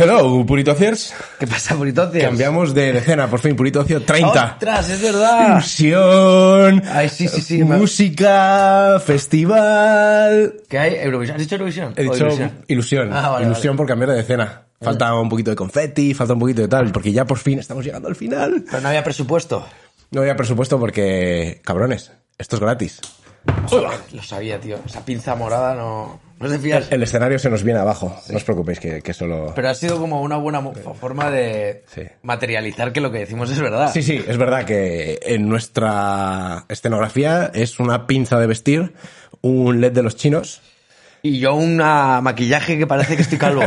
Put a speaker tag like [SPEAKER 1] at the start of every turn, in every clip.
[SPEAKER 1] Hello, Purito Ociers.
[SPEAKER 2] ¿Qué pasa, Puritocias?
[SPEAKER 1] Cambiamos de decena, por fin, Purito Ocio 30.
[SPEAKER 2] ¡Ostras, es verdad!
[SPEAKER 1] Fusión,
[SPEAKER 2] Oh, Ay, sí, sí, sí, me-
[SPEAKER 1] música, festival.
[SPEAKER 2] ¿Qué hay? ¿Eurovisión? ¿Has dicho Eurovisión?
[SPEAKER 1] He
[SPEAKER 2] ¿O
[SPEAKER 1] dicho
[SPEAKER 2] Eurovisión?
[SPEAKER 1] ilusión,
[SPEAKER 2] Ah, vale,
[SPEAKER 1] ilusión
[SPEAKER 2] vale.
[SPEAKER 1] por cambiar de decena. Falta un poquito de confeti, falta un poquito de tal, porque ya por fin estamos llegando al final.
[SPEAKER 2] Pero no había presupuesto.
[SPEAKER 1] No había presupuesto porque, cabrones, esto es gratis.
[SPEAKER 2] Lo sabía, tío. Esa pinza morada no... No se fías.
[SPEAKER 1] El escenario se nos viene abajo, no os preocupéis que, que solo...
[SPEAKER 2] Pero ha sido como una buena mo- forma de
[SPEAKER 1] Sí.
[SPEAKER 2] materializar que lo que decimos es verdad.
[SPEAKER 1] Sí, sí, es verdad que en nuestra escenografía es una pinza de vestir, un LED de los chinos,
[SPEAKER 2] Y yo un maquillaje que parece que estoy calvo.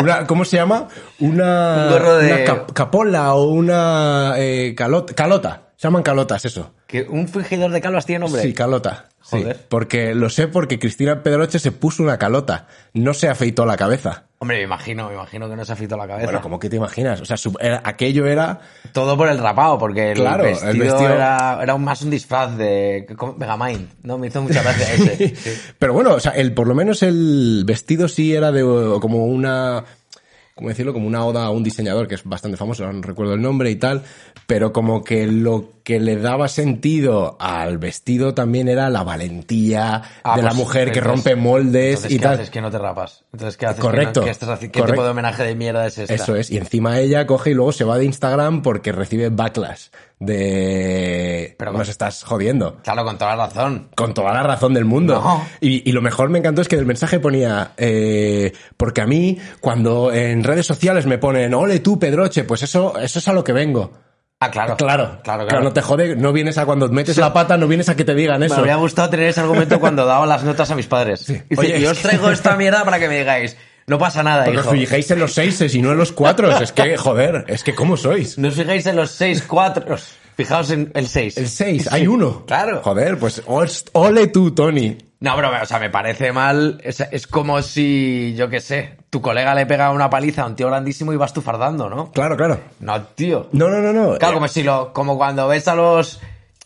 [SPEAKER 1] una, ¿cómo se llama? Una,
[SPEAKER 2] Un gorro de-
[SPEAKER 1] una cap- capola o una eh, calot- calota. Se llaman calotas, eso.
[SPEAKER 2] que un fingidor de calvas tiene nombre.
[SPEAKER 1] Sí, calota. Sí,
[SPEAKER 2] Joder.
[SPEAKER 1] porque lo sé porque Cristina Pedroche se puso una calota, no se afeitó la cabeza.
[SPEAKER 2] Hombre, me imagino, me imagino que no se ha afeitado la cabeza.
[SPEAKER 1] Bueno, como que te imaginas, o sea, su- era- aquello era
[SPEAKER 2] Todo por el rapado, porque el,
[SPEAKER 1] Claro, el
[SPEAKER 2] vestido
[SPEAKER 1] vestido-
[SPEAKER 2] era, era un- más un disfraz de como Megamind. No, me hizo mucha gracia ese. Sí.
[SPEAKER 1] Pero bueno, o sea, el, por lo menos el vestido sí era de eh, como una. ¿Cómo decirlo? Como una oda a un diseñador que es bastante famoso, ahora no recuerdo el nombre y tal. Pero como que lo que le daba sentido al vestido también era la valentía
[SPEAKER 2] Ah,
[SPEAKER 1] de la
[SPEAKER 2] pues,
[SPEAKER 1] mujer que
[SPEAKER 2] entonces-
[SPEAKER 1] rompe moldes
[SPEAKER 2] entonces,
[SPEAKER 1] y
[SPEAKER 2] ¿qué
[SPEAKER 1] tal.
[SPEAKER 2] haces que no te rapas? Entonces, ¿qué haces?
[SPEAKER 1] Correcto.
[SPEAKER 2] Que no- ¿Qué, estás haciendo? ¿Qué
[SPEAKER 1] Correcto.
[SPEAKER 2] tipo de homenaje de mierda es esta?
[SPEAKER 1] Eso es. Y encima ella coge y luego se va de Instagram porque recibe backlash de.
[SPEAKER 2] Pero
[SPEAKER 1] nos
[SPEAKER 2] con-
[SPEAKER 1] estás jodiendo.
[SPEAKER 2] Claro, con toda la razón.
[SPEAKER 1] Con toda la razón del mundo.
[SPEAKER 2] No.
[SPEAKER 1] Y, y lo mejor me encantó es que del mensaje ponía, eh, porque a mí, cuando en redes sociales me ponen, ole tú, Pedroche, pues eso, eso es a lo que vengo.
[SPEAKER 2] Ah, claro.
[SPEAKER 1] claro,
[SPEAKER 2] claro.
[SPEAKER 1] no te jode, no vienes a cuando metes
[SPEAKER 2] Sí.
[SPEAKER 1] la pata, no vienes a que te digan
[SPEAKER 2] me
[SPEAKER 1] eso.
[SPEAKER 2] habría gustado tener ese argumento cuando daba las notas a mis padres. Dice,
[SPEAKER 1] Oye,
[SPEAKER 2] yo
[SPEAKER 1] es
[SPEAKER 2] os traigo esta mierda para que me digáis, no pasa nada,
[SPEAKER 1] Porque os
[SPEAKER 2] hijo.
[SPEAKER 1] fijéis en los seises y no en los cuatro. Es que, joder, es que ¿cómo sois?
[SPEAKER 2] No os fijéis en los 6 4 Fijaos en el 6.
[SPEAKER 1] El seis, hay uno.
[SPEAKER 2] Claro.
[SPEAKER 1] Joder, pues os- ole tú, Tony.
[SPEAKER 2] No, pero, o sea, me parece mal. Es, es como si, yo qué sé, tu colega le pega una paliza a un tío grandísimo y vas tú fardando, ¿no?
[SPEAKER 1] Claro, claro.
[SPEAKER 2] No, tío.
[SPEAKER 1] No, no, no, no. Eh,
[SPEAKER 2] Claro, como si lo, como cuando ves a los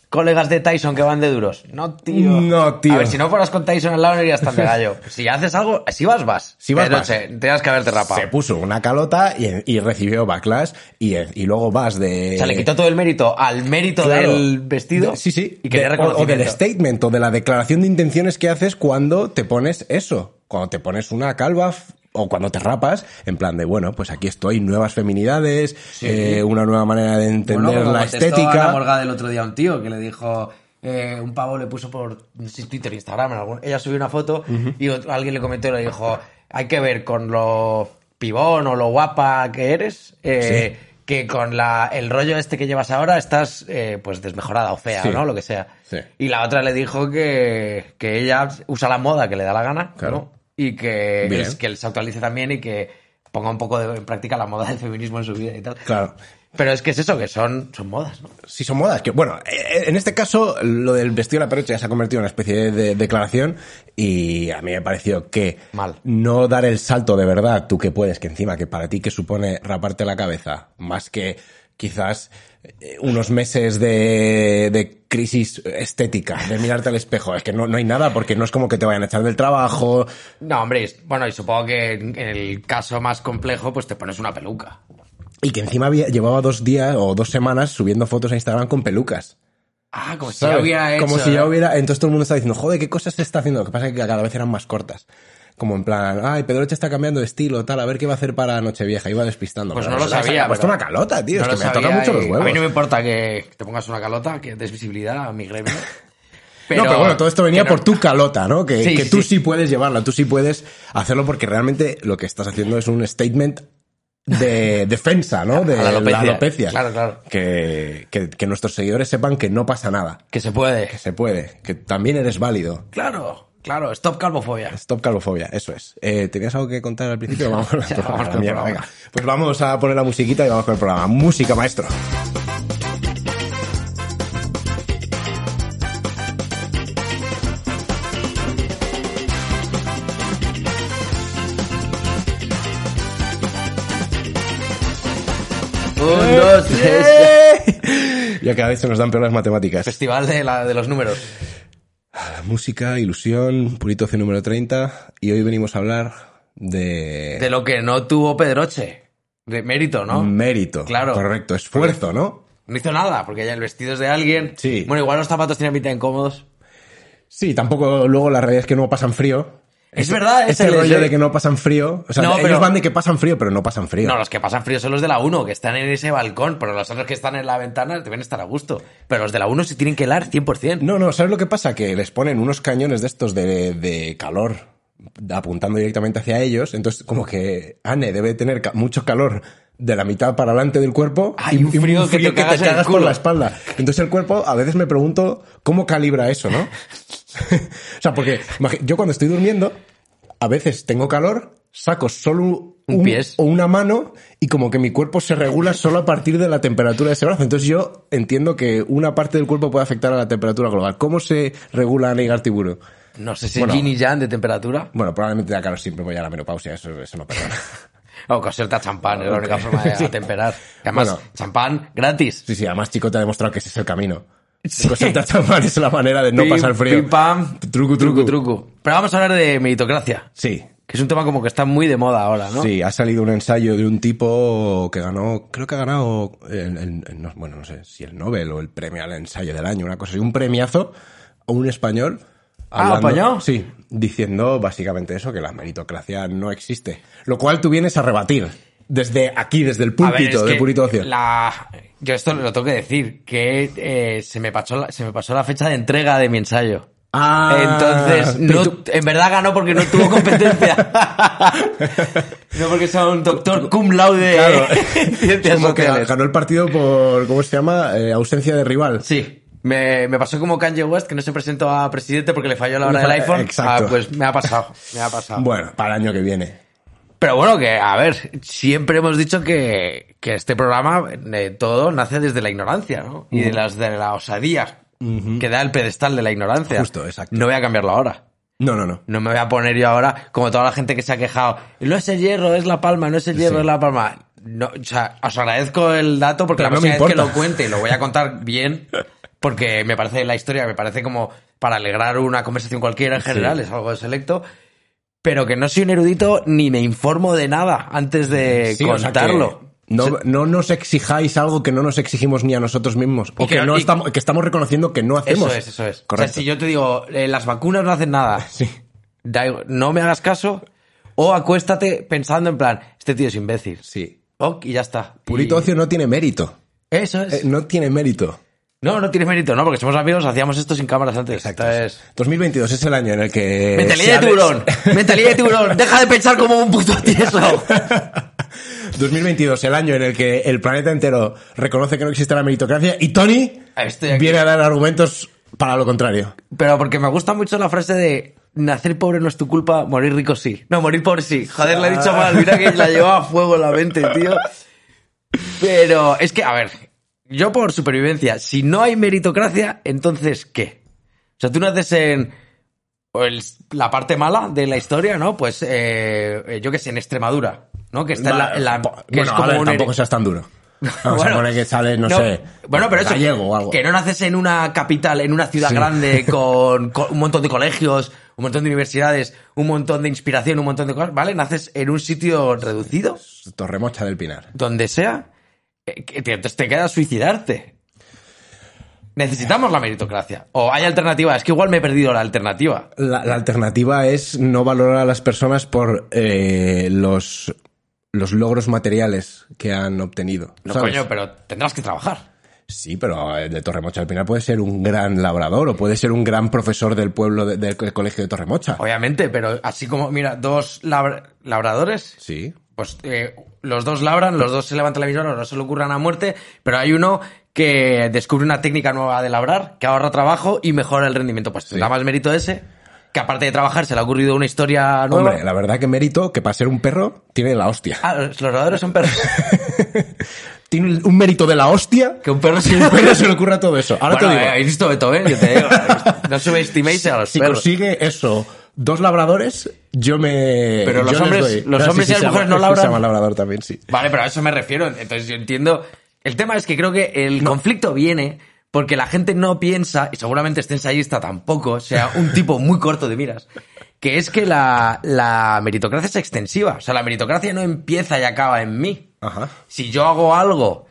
[SPEAKER 2] colegas de Tyson que van de duros. No, tío.
[SPEAKER 1] No, tío.
[SPEAKER 2] A ver, si no fueras con Tyson al lado no irías tan de gallo. Si haces algo, si vas, vas. Eh,
[SPEAKER 1] Si vas,
[SPEAKER 2] Pero
[SPEAKER 1] vas.
[SPEAKER 2] che, tenías que haberte rapado.
[SPEAKER 1] Se puso una calota y, y recibió backlash y, eh, y luego vas de...
[SPEAKER 2] o sea, le quitó todo el mérito al mérito
[SPEAKER 1] Claro.
[SPEAKER 2] del vestido.
[SPEAKER 1] De- sí, sí.
[SPEAKER 2] Y quería
[SPEAKER 1] De- o, o
[SPEAKER 2] reconocimiento.
[SPEAKER 1] del statement o de la declaración de intenciones que haces cuando te pones eso. Cuando te pones una calva f- o cuando te rapas, en plan de, bueno, pues aquí estoy, nuevas feminidades, eh, una nueva manera de
[SPEAKER 2] pues
[SPEAKER 1] entender la
[SPEAKER 2] La
[SPEAKER 1] estética.
[SPEAKER 2] morga del otro día un tío que le dijo. eh, un pavo le puso por no sé, Twitter, Instagram, en algún- ella subió una foto y otro- alguien le comentó y le dijo: Hay que ver con lo pibón o lo guapa que eres, eh, que con la, el rollo este que llevas ahora estás eh, pues desmejorada o fea,
[SPEAKER 1] Sí.
[SPEAKER 2] ¿no? Lo que sea.
[SPEAKER 1] Sí.
[SPEAKER 2] Y la otra le dijo que, que ella usa la moda que le da la gana,
[SPEAKER 1] Claro.
[SPEAKER 2] ¿no? Y que,
[SPEAKER 1] Bien.
[SPEAKER 2] es- que él se actualice también y que ponga un poco de- en práctica la moda del feminismo en su vida y tal.
[SPEAKER 1] Claro.
[SPEAKER 2] Pero es que es eso, que son, son modas, ¿no?
[SPEAKER 1] Si son modas, que bueno, eh, en este caso lo del vestido de la perocha ya se ha convertido en una especie de, de declaración y a mí me pareció que
[SPEAKER 2] Mal.
[SPEAKER 1] no dar el salto de verdad, tú que puedes, que encima que para ti que supone raparte la cabeza, más que quizás eh, unos meses de, de crisis estética, de mirarte al espejo, es que no, no hay nada porque no es como que te vayan a echar del trabajo,
[SPEAKER 2] No, hombre, es- bueno, y supongo que en, en el caso más complejo, pues te pones una peluca.
[SPEAKER 1] y que encima había- llevaba dos días o dos semanas subiendo fotos a Instagram con pelucas.
[SPEAKER 2] Ah, como si
[SPEAKER 1] ¿sabes?
[SPEAKER 2] ya hubiera hecho. ¿eh?
[SPEAKER 1] Como si ya
[SPEAKER 2] ¿no?
[SPEAKER 1] hubiera... Entonces todo el mundo está diciendo, joder, ¿qué cosas se está haciendo? Lo que pasa es que cada vez eran más cortas. Como en plan, ay, Pedroche está cambiando de estilo, tal, a ver qué va a hacer para Nochevieja. Iba despistando.
[SPEAKER 2] Pues
[SPEAKER 1] Pero
[SPEAKER 2] no lo
[SPEAKER 1] se ha- se
[SPEAKER 2] sabía,
[SPEAKER 1] Ha puesto
[SPEAKER 2] pero-
[SPEAKER 1] una calota, tío.
[SPEAKER 2] No
[SPEAKER 1] es
[SPEAKER 2] lo
[SPEAKER 1] que me toca
[SPEAKER 2] sabía
[SPEAKER 1] mucho los
[SPEAKER 2] y-
[SPEAKER 1] huevos.
[SPEAKER 2] A mí no me importa que te pongas una calota, que des visibilidad a mi gremio.
[SPEAKER 1] No, pero bueno, todo esto venía
[SPEAKER 2] que no-
[SPEAKER 1] por tu calota, ¿no? Que,
[SPEAKER 2] Sí,
[SPEAKER 1] que
[SPEAKER 2] sí,
[SPEAKER 1] tú
[SPEAKER 2] sí.
[SPEAKER 1] sí puedes llevarla, tú sí puedes hacerlo porque realmente lo que estás haciendo es un statement de defensa, ¿no? De
[SPEAKER 2] A la alopecia.
[SPEAKER 1] alopecia.
[SPEAKER 2] Claro, claro.
[SPEAKER 1] Que, que- que nuestros seguidores sepan que no pasa nada,
[SPEAKER 2] Que se puede.
[SPEAKER 1] que se puede, que también eres válido.
[SPEAKER 2] Claro. Claro, stop calvofobia.
[SPEAKER 1] Stop calvofobia, eso es. Eh, ¿Tenías algo que contar al principio? Vamos,
[SPEAKER 2] Ya,
[SPEAKER 1] vamos
[SPEAKER 2] vamos
[SPEAKER 1] con
[SPEAKER 2] con el
[SPEAKER 1] mierda,
[SPEAKER 2] programa.
[SPEAKER 1] venga. Pues vamos a poner la musiquita y vamos con el programa. Música, maestro.
[SPEAKER 2] Un, dos, tres. ¡Eh!
[SPEAKER 1] Ya cada vez se nos dan peor las matemáticas.
[SPEAKER 2] Festival de, la, de los números. Pues-
[SPEAKER 1] Música, ilusión, purito C número 30. Y hoy venimos a hablar de...
[SPEAKER 2] De lo que no tuvo Pedroche. De mérito, ¿no?
[SPEAKER 1] Mérito.
[SPEAKER 2] Claro.
[SPEAKER 1] Correcto, esfuerzo, ¿no?
[SPEAKER 2] No hizo nada, porque ya el vestido es de alguien.
[SPEAKER 1] Sí.
[SPEAKER 2] Bueno, igual los zapatos tenían pinta de incómodos.
[SPEAKER 1] Sí, tampoco luego la realidad es que no pasan frío.
[SPEAKER 2] Es verdad, es
[SPEAKER 1] ese
[SPEAKER 2] el-
[SPEAKER 1] rollo
[SPEAKER 2] ese-
[SPEAKER 1] de que no pasan frío. O sea,
[SPEAKER 2] No,
[SPEAKER 1] ellos
[SPEAKER 2] pero-
[SPEAKER 1] van de que pasan frío, pero no pasan frío.
[SPEAKER 2] No, los que pasan frío son los de la 1, que están en ese balcón, pero los otros que están en la ventana deben estar a gusto. Pero los de la 1 se tienen que helar 100%.
[SPEAKER 1] No, no, ¿sabes lo que pasa? Que les ponen unos cañones de estos de, de calor apuntando directamente hacia ellos, entonces como que Anne debe tener ca- mucho calor de la mitad para adelante del cuerpo
[SPEAKER 2] Ah, y un frío que te cagas en el
[SPEAKER 1] por
[SPEAKER 2] culo.
[SPEAKER 1] la espalda. Entonces el cuerpo, a veces me pregunto cómo calibra eso, ¿no? o sea, porque imagi- yo cuando estoy durmiendo, a veces tengo calor, saco solo un,
[SPEAKER 2] Un pies.
[SPEAKER 1] o una mano y como que mi cuerpo se regula solo a partir de la temperatura de ese brazo. Entonces yo entiendo que una parte del cuerpo puede afectar a la temperatura global. ¿Cómo se regula Neigar Tiburo?
[SPEAKER 2] No sé si
[SPEAKER 1] Bueno.
[SPEAKER 2] Yin y Yang de temperatura.
[SPEAKER 1] Bueno, probablemente da calor siempre voy a la menopausia, eso, eso no perdona.
[SPEAKER 2] O coserta champán, es la única forma de
[SPEAKER 1] Sí.
[SPEAKER 2] atemperar. Que Además,
[SPEAKER 1] Bueno.
[SPEAKER 2] champán gratis.
[SPEAKER 1] Sí, sí, además Chico te ha demostrado que ese es el camino. Cosita champán es la manera de no
[SPEAKER 2] Pim,
[SPEAKER 1] pasar frío.
[SPEAKER 2] pim, pam.
[SPEAKER 1] Truco, truco.
[SPEAKER 2] truco. Pero vamos a hablar de meritocracia,
[SPEAKER 1] Sí,
[SPEAKER 2] que es un tema como que está muy de moda ahora, ¿no?
[SPEAKER 1] Sí, ha salido un ensayo de un tipo que ganó, creo que ha ganado, el- el- el- no- bueno, no sé si el Nobel o el premio al ensayo del año, una cosa así, un premiazo a un español.
[SPEAKER 2] Ah, ¿español?
[SPEAKER 1] Sí, diciendo básicamente eso, que la meritocracia no existe. Lo cual tú vienes a rebatir desde aquí, desde el
[SPEAKER 2] A ver,
[SPEAKER 1] púlpito
[SPEAKER 2] es
[SPEAKER 1] de
[SPEAKER 2] que
[SPEAKER 1] Purito Ocio.
[SPEAKER 2] la- Yo esto lo tengo que decir, que eh, se, me pasó la, se me pasó la fecha de entrega de mi ensayo.
[SPEAKER 1] Ah,
[SPEAKER 2] Entonces,
[SPEAKER 1] pero
[SPEAKER 2] no,
[SPEAKER 1] tú-
[SPEAKER 2] en verdad ganó porque no tuvo competencia. no porque sea un doctor cum laude
[SPEAKER 1] Claro.
[SPEAKER 2] en ciencias
[SPEAKER 1] Como que
[SPEAKER 2] sociales.
[SPEAKER 1] ganó el partido por, ¿cómo se llama? Eh, ausencia de rival.
[SPEAKER 2] Sí. Me, me pasó como Kanye West, que no se presentó a presidente porque le falló la hora del iPhone.
[SPEAKER 1] Exacto.
[SPEAKER 2] Ah, pues me ha pasado. Me ha pasado.
[SPEAKER 1] Bueno, para el año que viene.
[SPEAKER 2] Pero bueno, que, a ver, siempre hemos dicho que, que este programa, eh, todo nace desde la ignorancia, ¿no? Y de, las, de la osadía que da el pedestal de la ignorancia.
[SPEAKER 1] Justo, exacto.
[SPEAKER 2] No voy a cambiarlo ahora.
[SPEAKER 1] No, no, no.
[SPEAKER 2] No me voy a poner yo ahora, como toda la gente que se ha quejado, no es el hierro, es la palma, no es el hierro, es la palma. No, o sea, os agradezco el dato porque
[SPEAKER 1] Pero
[SPEAKER 2] la
[SPEAKER 1] no me
[SPEAKER 2] próxima vez que
[SPEAKER 1] importa.
[SPEAKER 2] lo cuente, lo voy a contar bien, porque me parece la historia, me parece como para alegrar una conversación cualquiera en general, es algo selecto. Pero que no soy un erudito ni me informo de nada antes de
[SPEAKER 1] Sí, o sea
[SPEAKER 2] contarlo.
[SPEAKER 1] que no, no nos exijáis algo que no nos exigimos ni a nosotros mismos. O
[SPEAKER 2] Y que
[SPEAKER 1] que,
[SPEAKER 2] no-
[SPEAKER 1] no
[SPEAKER 2] y-
[SPEAKER 1] estamos, que estamos reconociendo que no hacemos.
[SPEAKER 2] Eso es, eso es.
[SPEAKER 1] Correcto.
[SPEAKER 2] O sea, si yo te digo, eh, las vacunas no hacen nada,
[SPEAKER 1] Sí.
[SPEAKER 2] da igual, no me hagas caso, o acuéstate pensando en plan, este tío es imbécil.
[SPEAKER 1] Sí.
[SPEAKER 2] Ok, y ya está.
[SPEAKER 1] Purito
[SPEAKER 2] Y-
[SPEAKER 1] Ocio no tiene mérito.
[SPEAKER 2] Eso
[SPEAKER 1] Eh,
[SPEAKER 2] es.
[SPEAKER 1] no tiene mérito.
[SPEAKER 2] No, no tiene mérito, ¿no? Porque somos amigos, hacíamos esto sin cámaras antes. Esta es-
[SPEAKER 1] 2022 es el año en el que... se
[SPEAKER 2] Mentalidad de
[SPEAKER 1] abre-
[SPEAKER 2] tiburón. Mentalidad de tiburón. Deja de pensar como un puto tieso.
[SPEAKER 1] 2022, el año en el que el planeta entero reconoce que no existe la meritocracia y Tony
[SPEAKER 2] Estoy aquí.
[SPEAKER 1] viene a dar argumentos para lo contrario.
[SPEAKER 2] Pero porque me gusta mucho la frase de nacer pobre no es tu culpa, morir rico sí. No, morir pobre sí. Joder, la he dicho mal. Mira que la llevaba a fuego en la mente, tío. Pero es que, a ver, yo por supervivencia, si no hay meritocracia, entonces ¿qué? O sea, tú naces en o el- la parte mala de la historia, ¿no? Pues eh, eh, yo que sé, en Extremadura, ¿no? Que está en la... en la-
[SPEAKER 1] Po-
[SPEAKER 2] que
[SPEAKER 1] pues, bueno,
[SPEAKER 2] es como
[SPEAKER 1] a ver,
[SPEAKER 2] un ere-
[SPEAKER 1] tampoco seas tan duro. Vamos
[SPEAKER 2] Bueno,
[SPEAKER 1] a poner que sales, no, sé,
[SPEAKER 2] Bueno, pero eso.
[SPEAKER 1] gallego o algo.
[SPEAKER 2] Que no naces en una capital, en una ciudad grande, con, con un montón de colegios, un montón de universidades, un montón de inspiración, un montón de cosas, ¿vale? Naces en un sitio reducido,
[SPEAKER 1] Torremocha del Pinar.
[SPEAKER 2] donde sea, eh, que te, te queda suicidarte. Necesitamos la meritocracia. O hay alternativa. Es que igual me he perdido la alternativa.
[SPEAKER 1] La, la alternativa es no valorar a las personas por eh, los, los logros materiales que han obtenido.
[SPEAKER 2] No,
[SPEAKER 1] ¿sabes?
[SPEAKER 2] coño, pero tendrás que trabajar.
[SPEAKER 1] Sí, pero eh, de Torremocha al Pinar puede ser un gran labrador o puede ser un gran profesor del pueblo de- del co- colegio de Torremocha.
[SPEAKER 2] Obviamente, pero así como, mira, dos labra- labradores
[SPEAKER 1] Sí.
[SPEAKER 2] pues eh, los dos labran, los dos se levantan la misma hora, los dos se le ocurran a muerte, pero hay uno que descubre una técnica nueva de labrar, que ahorra trabajo y mejora el rendimiento. Pues da más mérito ese que aparte de trabajar se le ha ocurrido una historia nueva.
[SPEAKER 1] Hombre, la verdad que mérito que para ser un perro tiene la hostia.
[SPEAKER 2] Ah, los roedores son perros.
[SPEAKER 1] Tiene un- un mérito de la hostia
[SPEAKER 2] que un perro
[SPEAKER 1] que
[SPEAKER 2] se
[SPEAKER 1] a un perro se le ocurra todo eso. Ahora
[SPEAKER 2] Bueno,
[SPEAKER 1] te digo,
[SPEAKER 2] eh, habéis visto Beto, ¿eh? Yo te digo, no subestiméis a los
[SPEAKER 1] si
[SPEAKER 2] perros.
[SPEAKER 1] consigue eso, dos labradores, yo me...
[SPEAKER 2] Pero los
[SPEAKER 1] yo les doy.
[SPEAKER 2] hombres- los hombres y
[SPEAKER 1] se
[SPEAKER 2] las
[SPEAKER 1] llama-
[SPEAKER 2] mujeres no
[SPEAKER 1] sí,
[SPEAKER 2] labran.
[SPEAKER 1] Se llama labrador también, sí.
[SPEAKER 2] Vale, pero a eso me refiero. Entonces yo entiendo. El tema es que creo que el conflicto viene porque la gente no piensa, y seguramente este ensayista tampoco, o sea, un tipo muy corto de miras, que es que la, la meritocracia es extensiva. O sea, la meritocracia no empieza y acaba en mí.
[SPEAKER 1] Ajá.
[SPEAKER 2] Si yo hago algo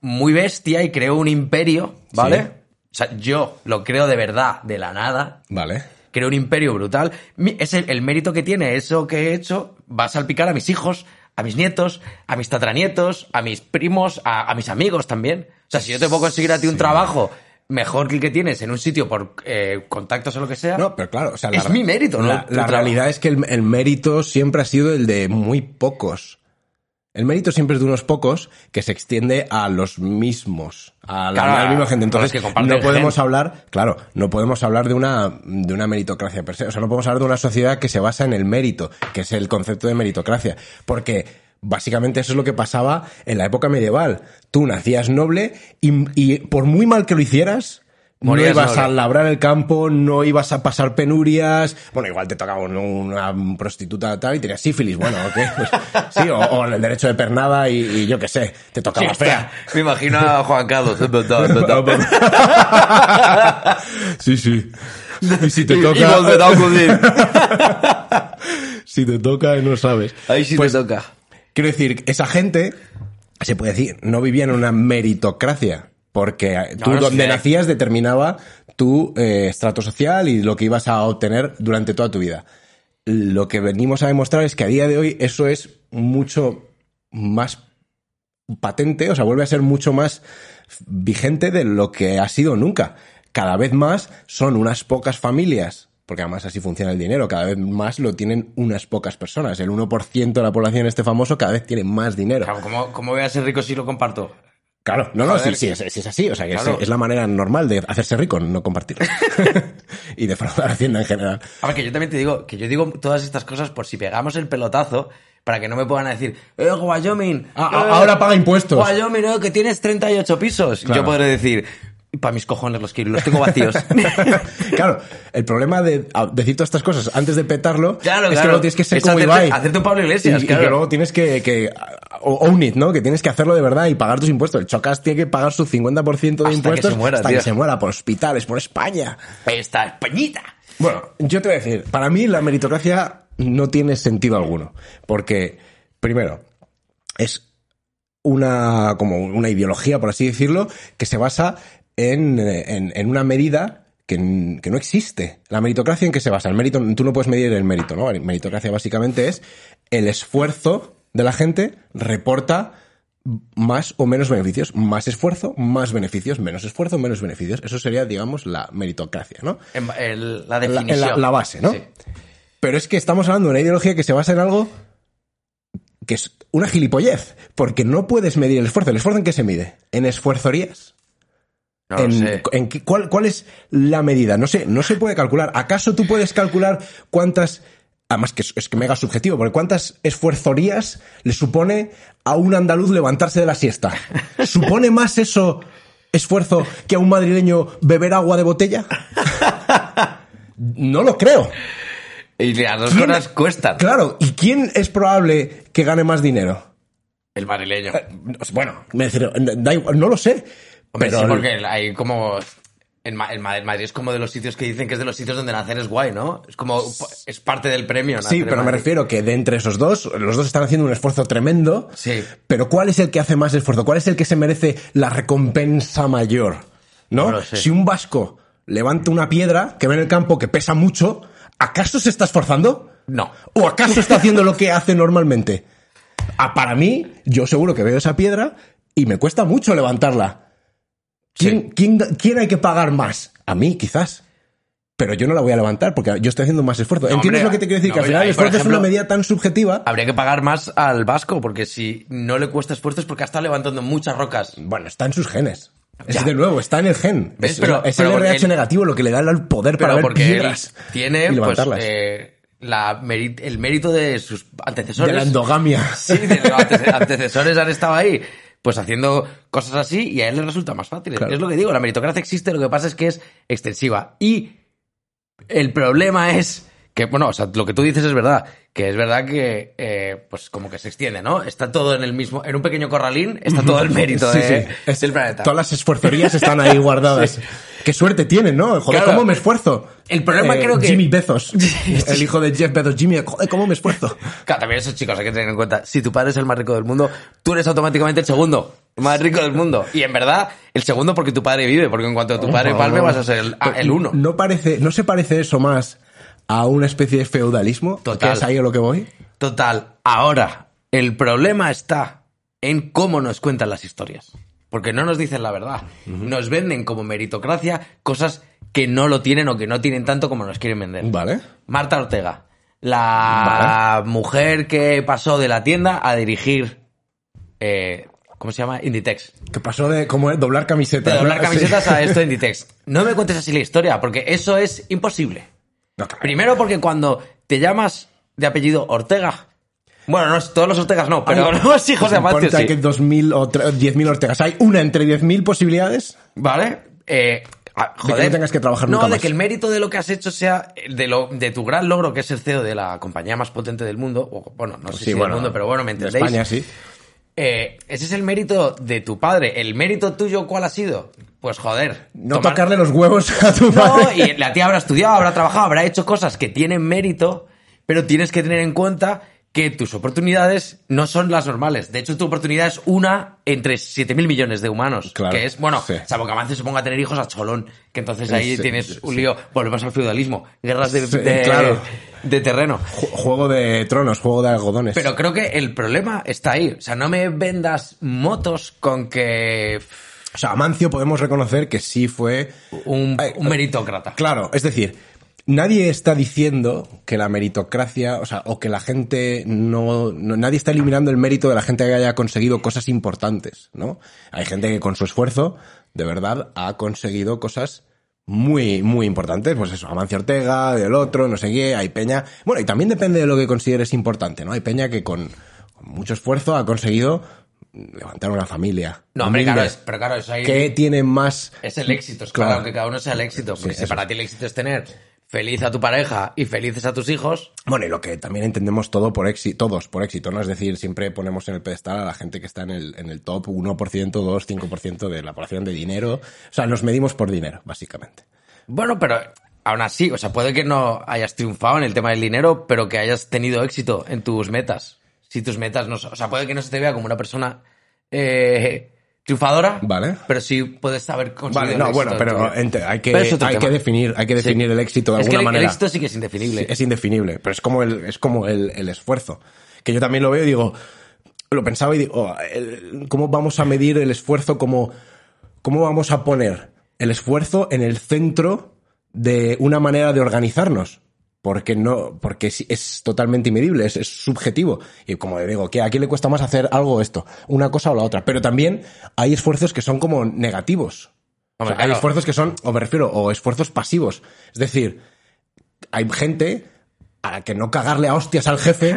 [SPEAKER 2] muy bestia y creo un imperio, ¿vale?
[SPEAKER 1] Sí.
[SPEAKER 2] O sea, yo lo creo de verdad, de la nada,
[SPEAKER 1] Vale.
[SPEAKER 2] creo un imperio brutal. Mi- Es el, el mérito que tiene eso que he hecho va a salpicar a mis hijos, a mis nietos, a mis tatranietos, a mis primos, a, a mis amigos también. O sea, si yo te puedo conseguir a ti un trabajo mejor que el que tienes en un sitio por eh, contactos o lo que sea.
[SPEAKER 1] No, pero claro, o sea,
[SPEAKER 2] Es mi mérito, ¿no?
[SPEAKER 1] La,
[SPEAKER 2] Tu
[SPEAKER 1] la
[SPEAKER 2] trabajo.
[SPEAKER 1] realidad es que el, el mérito siempre ha sido el de muy pocos. El mérito siempre es de unos pocos que se extiende a los mismos, a la,
[SPEAKER 2] Claro,
[SPEAKER 1] a la misma gente.
[SPEAKER 2] a los
[SPEAKER 1] Entonces,
[SPEAKER 2] que comparten
[SPEAKER 1] no
[SPEAKER 2] el
[SPEAKER 1] podemos
[SPEAKER 2] gen.
[SPEAKER 1] hablar, claro, no podemos hablar de una, de una meritocracia per se. O sea, no podemos hablar de una sociedad que se basa en el mérito, que es el concepto de meritocracia. Porque básicamente eso es lo que pasaba en la época medieval. Tú nacías noble y, y por muy mal que lo hicieras,
[SPEAKER 2] Morías
[SPEAKER 1] no ibas
[SPEAKER 2] noble.
[SPEAKER 1] a labrar el campo, no ibas a pasar penurias. Bueno, igual te tocaba un- una prostituta tal y tenías sífilis. Bueno, ¿o qué? Pues, sí, o, o el derecho de pernada y, y yo qué sé, te
[SPEAKER 2] Sí,
[SPEAKER 1] tocaba
[SPEAKER 2] hostia,
[SPEAKER 1] fea.
[SPEAKER 2] me imagino a Juan Carlos.
[SPEAKER 1] Sí, sí. Y si
[SPEAKER 2] Y-
[SPEAKER 1] te
[SPEAKER 2] y
[SPEAKER 1] toca.
[SPEAKER 2] volverá a ocurrir.
[SPEAKER 1] si te toca, no sabes.
[SPEAKER 2] Ahí sí
[SPEAKER 1] Pues,
[SPEAKER 2] te toca.
[SPEAKER 1] Quiero decir, esa gente, se puede decir, no vivía en una meritocracia. Porque eh, tú
[SPEAKER 2] no sé.
[SPEAKER 1] donde nacías determinaba tu eh, estrato social y lo que ibas a obtener durante toda tu vida. Lo que venimos a demostrar es que a día de hoy eso es mucho más patente, o sea, vuelve a ser mucho más vigente de lo que ha sido nunca. Cada vez más son unas pocas familias, porque además así funciona el dinero, cada vez más lo tienen unas pocas personas. El 1% de la población este famoso cada vez tiene más dinero.
[SPEAKER 2] Claro, ¿Cómo, ¿Cómo voy a ser rico si lo comparto?
[SPEAKER 1] Claro, no, no,
[SPEAKER 2] Joder.
[SPEAKER 1] sí, sí, es, sí es así, o sea, que es-
[SPEAKER 2] Claro.
[SPEAKER 1] es, la manera normal de hacerse rico, no compartir. y defraudar a Hacienda en general.
[SPEAKER 2] A ver, que yo también te digo, que yo digo todas estas cosas por si pegamos el pelotazo, para que no me puedan decir, eh, Wyoming,
[SPEAKER 1] A-
[SPEAKER 2] eh,
[SPEAKER 1] a- ahora paga impuestos.
[SPEAKER 2] Wyoming, eh, que tienes 38 pisos. Yo podré decir, para mis cojones los quiero, los tengo vacíos.
[SPEAKER 1] claro, el problema de a- decir todas estas cosas antes de petarlo
[SPEAKER 2] Claro,
[SPEAKER 1] es
[SPEAKER 2] claro.
[SPEAKER 1] que luego tienes que ser
[SPEAKER 2] Es
[SPEAKER 1] como
[SPEAKER 2] hacerte-
[SPEAKER 1] Ibai.
[SPEAKER 2] hacerte un Pablo Iglesias,
[SPEAKER 1] y, y
[SPEAKER 2] claro.
[SPEAKER 1] que luego tienes que, que uh, own it, ¿no? Que tienes que hacerlo de verdad y pagar tus impuestos. El Chocas tiene que pagar su 50% de
[SPEAKER 2] Hasta que
[SPEAKER 1] impuestos
[SPEAKER 2] se muera,
[SPEAKER 1] hasta
[SPEAKER 2] tío.
[SPEAKER 1] que se muera por hospitales, por España.
[SPEAKER 2] Esta Españita.
[SPEAKER 1] Bueno, yo te voy a decir, para mí la meritocracia no tiene sentido alguno. Porque, primero, es una, como una ideología, por así decirlo, que se basa en, eh, en- en una medida que, n- que no existe. La meritocracia en qué se basa. El mérito, tú no puedes medir el mérito, ¿no? La meritocracia básicamente es el esfuerzo de la gente reporta más o menos beneficios. Más esfuerzo, más beneficios, menos esfuerzo, menos beneficios. Eso sería, digamos, la meritocracia, ¿no?
[SPEAKER 2] En- el- la
[SPEAKER 1] la-
[SPEAKER 2] definición.
[SPEAKER 1] la base, ¿no?
[SPEAKER 2] Sí.
[SPEAKER 1] Pero es que estamos hablando de una ideología que se basa en algo que es una gilipollez, porque no puedes medir el esfuerzo. ¿El esfuerzo en qué se mide? ¿En esfuerzorías?
[SPEAKER 2] No lo
[SPEAKER 1] en,
[SPEAKER 2] sé.
[SPEAKER 1] en qué- cuál, cuál es la medida? No sé, no se puede calcular. ¿Acaso tú puedes calcular cuántas... Además que es, es que mega subjetivo, porque ¿cuántas esfuerzorías le supone a un andaluz levantarse de la siesta? ¿Supone más eso esfuerzo que a un madrileño beber agua de botella? no lo creo.
[SPEAKER 2] Y las dos
[SPEAKER 1] ¿Quién-
[SPEAKER 2] horas cuestan.
[SPEAKER 1] Claro, ¿y quién es probable que gane más dinero?
[SPEAKER 2] El madrileño.
[SPEAKER 1] Bueno, me refiero, da igual, no lo sé.
[SPEAKER 2] Hombre,
[SPEAKER 1] pero
[SPEAKER 2] sí, porque hay como. En, Ma- en Ma- en Madrid es como de los sitios que dicen que es de los sitios donde nacer es guay, ¿no? Es como. Es parte del premio. nacer
[SPEAKER 1] Sí,
[SPEAKER 2] en
[SPEAKER 1] pero me
[SPEAKER 2] Madrid.
[SPEAKER 1] refiero que de entre esos dos, los dos están haciendo un esfuerzo tremendo.
[SPEAKER 2] Sí.
[SPEAKER 1] Pero ¿cuál es el que hace más esfuerzo? ¿Cuál es el que se merece la recompensa mayor? ¿No?
[SPEAKER 2] No lo sé.
[SPEAKER 1] Si un vasco levanta una piedra que ve en el campo que pesa mucho, ¿acaso se está esforzando?
[SPEAKER 2] No.
[SPEAKER 1] ¿O acaso está haciendo lo que hace normalmente? Ah, para mí, yo seguro que veo esa piedra y me cuesta mucho levantarla. ¿Quién, quién, quién hay que pagar más? A mí, quizás. Pero yo no la voy a levantar porque yo estoy haciendo más esfuerzo.
[SPEAKER 2] No,
[SPEAKER 1] ¿Entiendes
[SPEAKER 2] hombre,
[SPEAKER 1] lo que te quiero decir?
[SPEAKER 2] no,
[SPEAKER 1] que al
[SPEAKER 2] hombre,
[SPEAKER 1] final el
[SPEAKER 2] ahí, por
[SPEAKER 1] esfuerzo es una
[SPEAKER 2] ejemplo,
[SPEAKER 1] medida tan subjetiva.
[SPEAKER 2] Habría que pagar más al vasco, porque si no le cuesta esfuerzos es porque ha estado levantando muchas rocas.
[SPEAKER 1] Bueno, está en sus genes. Es de nuevo, está en el gen.
[SPEAKER 2] ¿Ves?
[SPEAKER 1] Es,
[SPEAKER 2] Pero-
[SPEAKER 1] es
[SPEAKER 2] pero
[SPEAKER 1] el RH
[SPEAKER 2] él-
[SPEAKER 1] negativo lo que le da el poder para
[SPEAKER 2] Pero
[SPEAKER 1] ver
[SPEAKER 2] porque él
[SPEAKER 1] piedras
[SPEAKER 2] tiene
[SPEAKER 1] y
[SPEAKER 2] pues,
[SPEAKER 1] levantarlas.
[SPEAKER 2] eh, la meri- el mérito de sus antecesores.
[SPEAKER 1] de la endogamia.
[SPEAKER 2] Sí, de los ante- antecesores han estado ahí, pues haciendo cosas así y a él le resulta más fácil.
[SPEAKER 1] Claro.
[SPEAKER 2] Es lo que digo, la meritocracia existe, lo que pasa es que es extensiva. Y el problema es que, bueno, o sea, lo que tú dices es verdad, que es verdad que, eh, pues como que se extiende, ¿no? Está todo en el mismo, en un pequeño corralín, está todo el mérito
[SPEAKER 1] Sí,
[SPEAKER 2] de-
[SPEAKER 1] sí. Es-
[SPEAKER 2] del planeta.
[SPEAKER 1] Todas las esfuerzorías están ahí guardadas. Qué suerte tienen, ¿no? Joder,
[SPEAKER 2] Claro.
[SPEAKER 1] ¿cómo me esfuerzo? Eh,
[SPEAKER 2] El problema creo que-
[SPEAKER 1] Jimmy Bezos. el hijo de Jeff Bezos. Jimmy, joder, ¿cómo me esfuerzo?
[SPEAKER 2] Claro, también eso, chicos, hay que tener en cuenta. Si tu padre es el más rico del mundo, tú eres automáticamente el segundo más rico del mundo. Y en verdad, el segundo porque tu padre vive, porque en cuanto
[SPEAKER 1] Oh,
[SPEAKER 2] tu padre palme vas a ser el, ah, el uno.
[SPEAKER 1] No, parece, ¿No se parece eso más a una especie de feudalismo?
[SPEAKER 2] Total.
[SPEAKER 1] ¿Que es ahí a lo que voy?
[SPEAKER 2] Total, ahora, el problema está en cómo nos cuentan las historias. Porque no nos dicen la verdad. Nos venden como meritocracia cosas que no lo tienen o que no tienen tanto como nos quieren vender.
[SPEAKER 1] Vale.
[SPEAKER 2] Marta Ortega, la mujer que pasó de la tienda a dirigir... eh, ¿Cómo se llama? Inditex.
[SPEAKER 1] Que pasó de como de doblar
[SPEAKER 2] De
[SPEAKER 1] camisetas.
[SPEAKER 2] doblar
[SPEAKER 1] ¿no? Ah, Sí.
[SPEAKER 2] camisetas a esto de Inditex. No me cuentes así la historia, porque eso es imposible.
[SPEAKER 1] No, claro.
[SPEAKER 2] Primero porque cuando te llamas de apellido Ortega, bueno, no, es- todos los Ortegas no, pero pues
[SPEAKER 1] Ay,
[SPEAKER 2] los hijos de
[SPEAKER 1] ¿os importa
[SPEAKER 2] Amancio sí.
[SPEAKER 1] Pues que 2.000 o tre- 10.000 Ortegas. Hay una entre 10.000 posibilidades.
[SPEAKER 2] ¿Vale? Eh, ah,
[SPEAKER 1] que
[SPEAKER 2] joder.
[SPEAKER 1] no tengas que trabajar
[SPEAKER 2] No,
[SPEAKER 1] nunca
[SPEAKER 2] de
[SPEAKER 1] más.
[SPEAKER 2] que el mérito de lo que has hecho sea el de, lo, de tu gran logro, que es el CEO de la compañía más potente del mundo, o bueno, no sé si del mundo, pero bueno, me
[SPEAKER 1] Pues de
[SPEAKER 2] entendéis.
[SPEAKER 1] España sí.
[SPEAKER 2] Eh, ese es el mérito de tu padre. ¿El mérito tuyo cuál ha sido? Pues joder.
[SPEAKER 1] No
[SPEAKER 2] tomar-
[SPEAKER 1] tocarle los huevos a tu
[SPEAKER 2] No,
[SPEAKER 1] padre.
[SPEAKER 2] y la tía habrá estudiado, habrá trabajado, habrá hecho cosas que tienen mérito, pero tienes que tener en cuenta que tus oportunidades no son las normales. De hecho, tu oportunidad es una entre 7.000 millones de humanos.
[SPEAKER 1] Claro,
[SPEAKER 2] que es, bueno,
[SPEAKER 1] sí.
[SPEAKER 2] salvo que Amancio se ponga a tener hijos a cholón, que entonces ahí
[SPEAKER 1] Sí,
[SPEAKER 2] tienes
[SPEAKER 1] sí,
[SPEAKER 2] un lío. Volvemos al feudalismo, guerras de,
[SPEAKER 1] Sí,
[SPEAKER 2] de-
[SPEAKER 1] claro.
[SPEAKER 2] de terreno.
[SPEAKER 1] Ju- Juego de tronos, juego de algodones.
[SPEAKER 2] Pero creo que el problema está ahí. O sea, no me vendas motos con que
[SPEAKER 1] o sea, Amancio podemos reconocer que sí fue.
[SPEAKER 2] un,
[SPEAKER 1] Ay,
[SPEAKER 2] un meritócrata.
[SPEAKER 1] Claro, es decir, nadie está diciendo que la meritocracia, o sea, o que la gente no, no- nadie está eliminando el mérito de la gente que haya conseguido cosas importantes, ¿no? Hay gente que con su esfuerzo, de verdad, ha conseguido cosas muy, muy importantes, pues eso, Amancio Ortega, del otro, no sé qué, hay peña. Bueno, y también depende de lo que consideres importante, ¿no? Hay peña que con, con mucho esfuerzo ha conseguido levantar una familia.
[SPEAKER 2] No, hombre,
[SPEAKER 1] humilde,
[SPEAKER 2] claro, es- pero claro, eso ahí...
[SPEAKER 1] que tiene más...
[SPEAKER 2] Es el éxito, es claro,
[SPEAKER 1] Claro.
[SPEAKER 2] que cada uno sea el éxito. porque si
[SPEAKER 1] eso
[SPEAKER 2] para ti el éxito es tener feliz a tu pareja y felices a tus hijos,
[SPEAKER 1] Bueno, y lo que también entendemos todo por éxito, todos por éxito, ¿no? Es decir, siempre ponemos en el pedestal a la gente que está en el, en el top 1%, 2, 5% de la población de dinero. O sea, nos medimos por dinero, básicamente.
[SPEAKER 2] bueno, pero aún así, o sea, puede que no hayas triunfado en el tema del dinero, pero que hayas tenido éxito en tus metas. Si tus metas no, son- o sea, puede que no se te vea como una persona eh, triunfadora,
[SPEAKER 1] Vale.
[SPEAKER 2] pero sí puedes saber conseguido
[SPEAKER 1] Vale,
[SPEAKER 2] el
[SPEAKER 1] no,
[SPEAKER 2] éxito
[SPEAKER 1] bueno,
[SPEAKER 2] en tu
[SPEAKER 1] pero
[SPEAKER 2] vida.
[SPEAKER 1] ente- hay que,
[SPEAKER 2] Pero es otro
[SPEAKER 1] hay que
[SPEAKER 2] tema.
[SPEAKER 1] definir, hay que definir el éxito de
[SPEAKER 2] es que
[SPEAKER 1] alguna
[SPEAKER 2] el-
[SPEAKER 1] manera.
[SPEAKER 2] el éxito sí que es indefinible.
[SPEAKER 1] Sí, es indefinible, pero es como el, es como el, el esfuerzo. Que yo también lo veo y digo, lo pensaba y digo, oh, el- ¿cómo vamos a medir el esfuerzo? ¿Cómo, ¿Cómo vamos a poner el esfuerzo en el centro de una manera de organizarnos? Porque no, porque es, es totalmente inmedible, es, es subjetivo. Y como le digo, que a quién le cuesta más hacer algo o esto, una cosa o la otra. Pero también hay esfuerzos que son como negativos. O
[SPEAKER 2] Hombre,
[SPEAKER 1] sea, hay
[SPEAKER 2] claro.
[SPEAKER 1] esfuerzos que son, o me refiero, o esfuerzos pasivos. Es decir, hay gente a la que no cagarle a hostias al jefe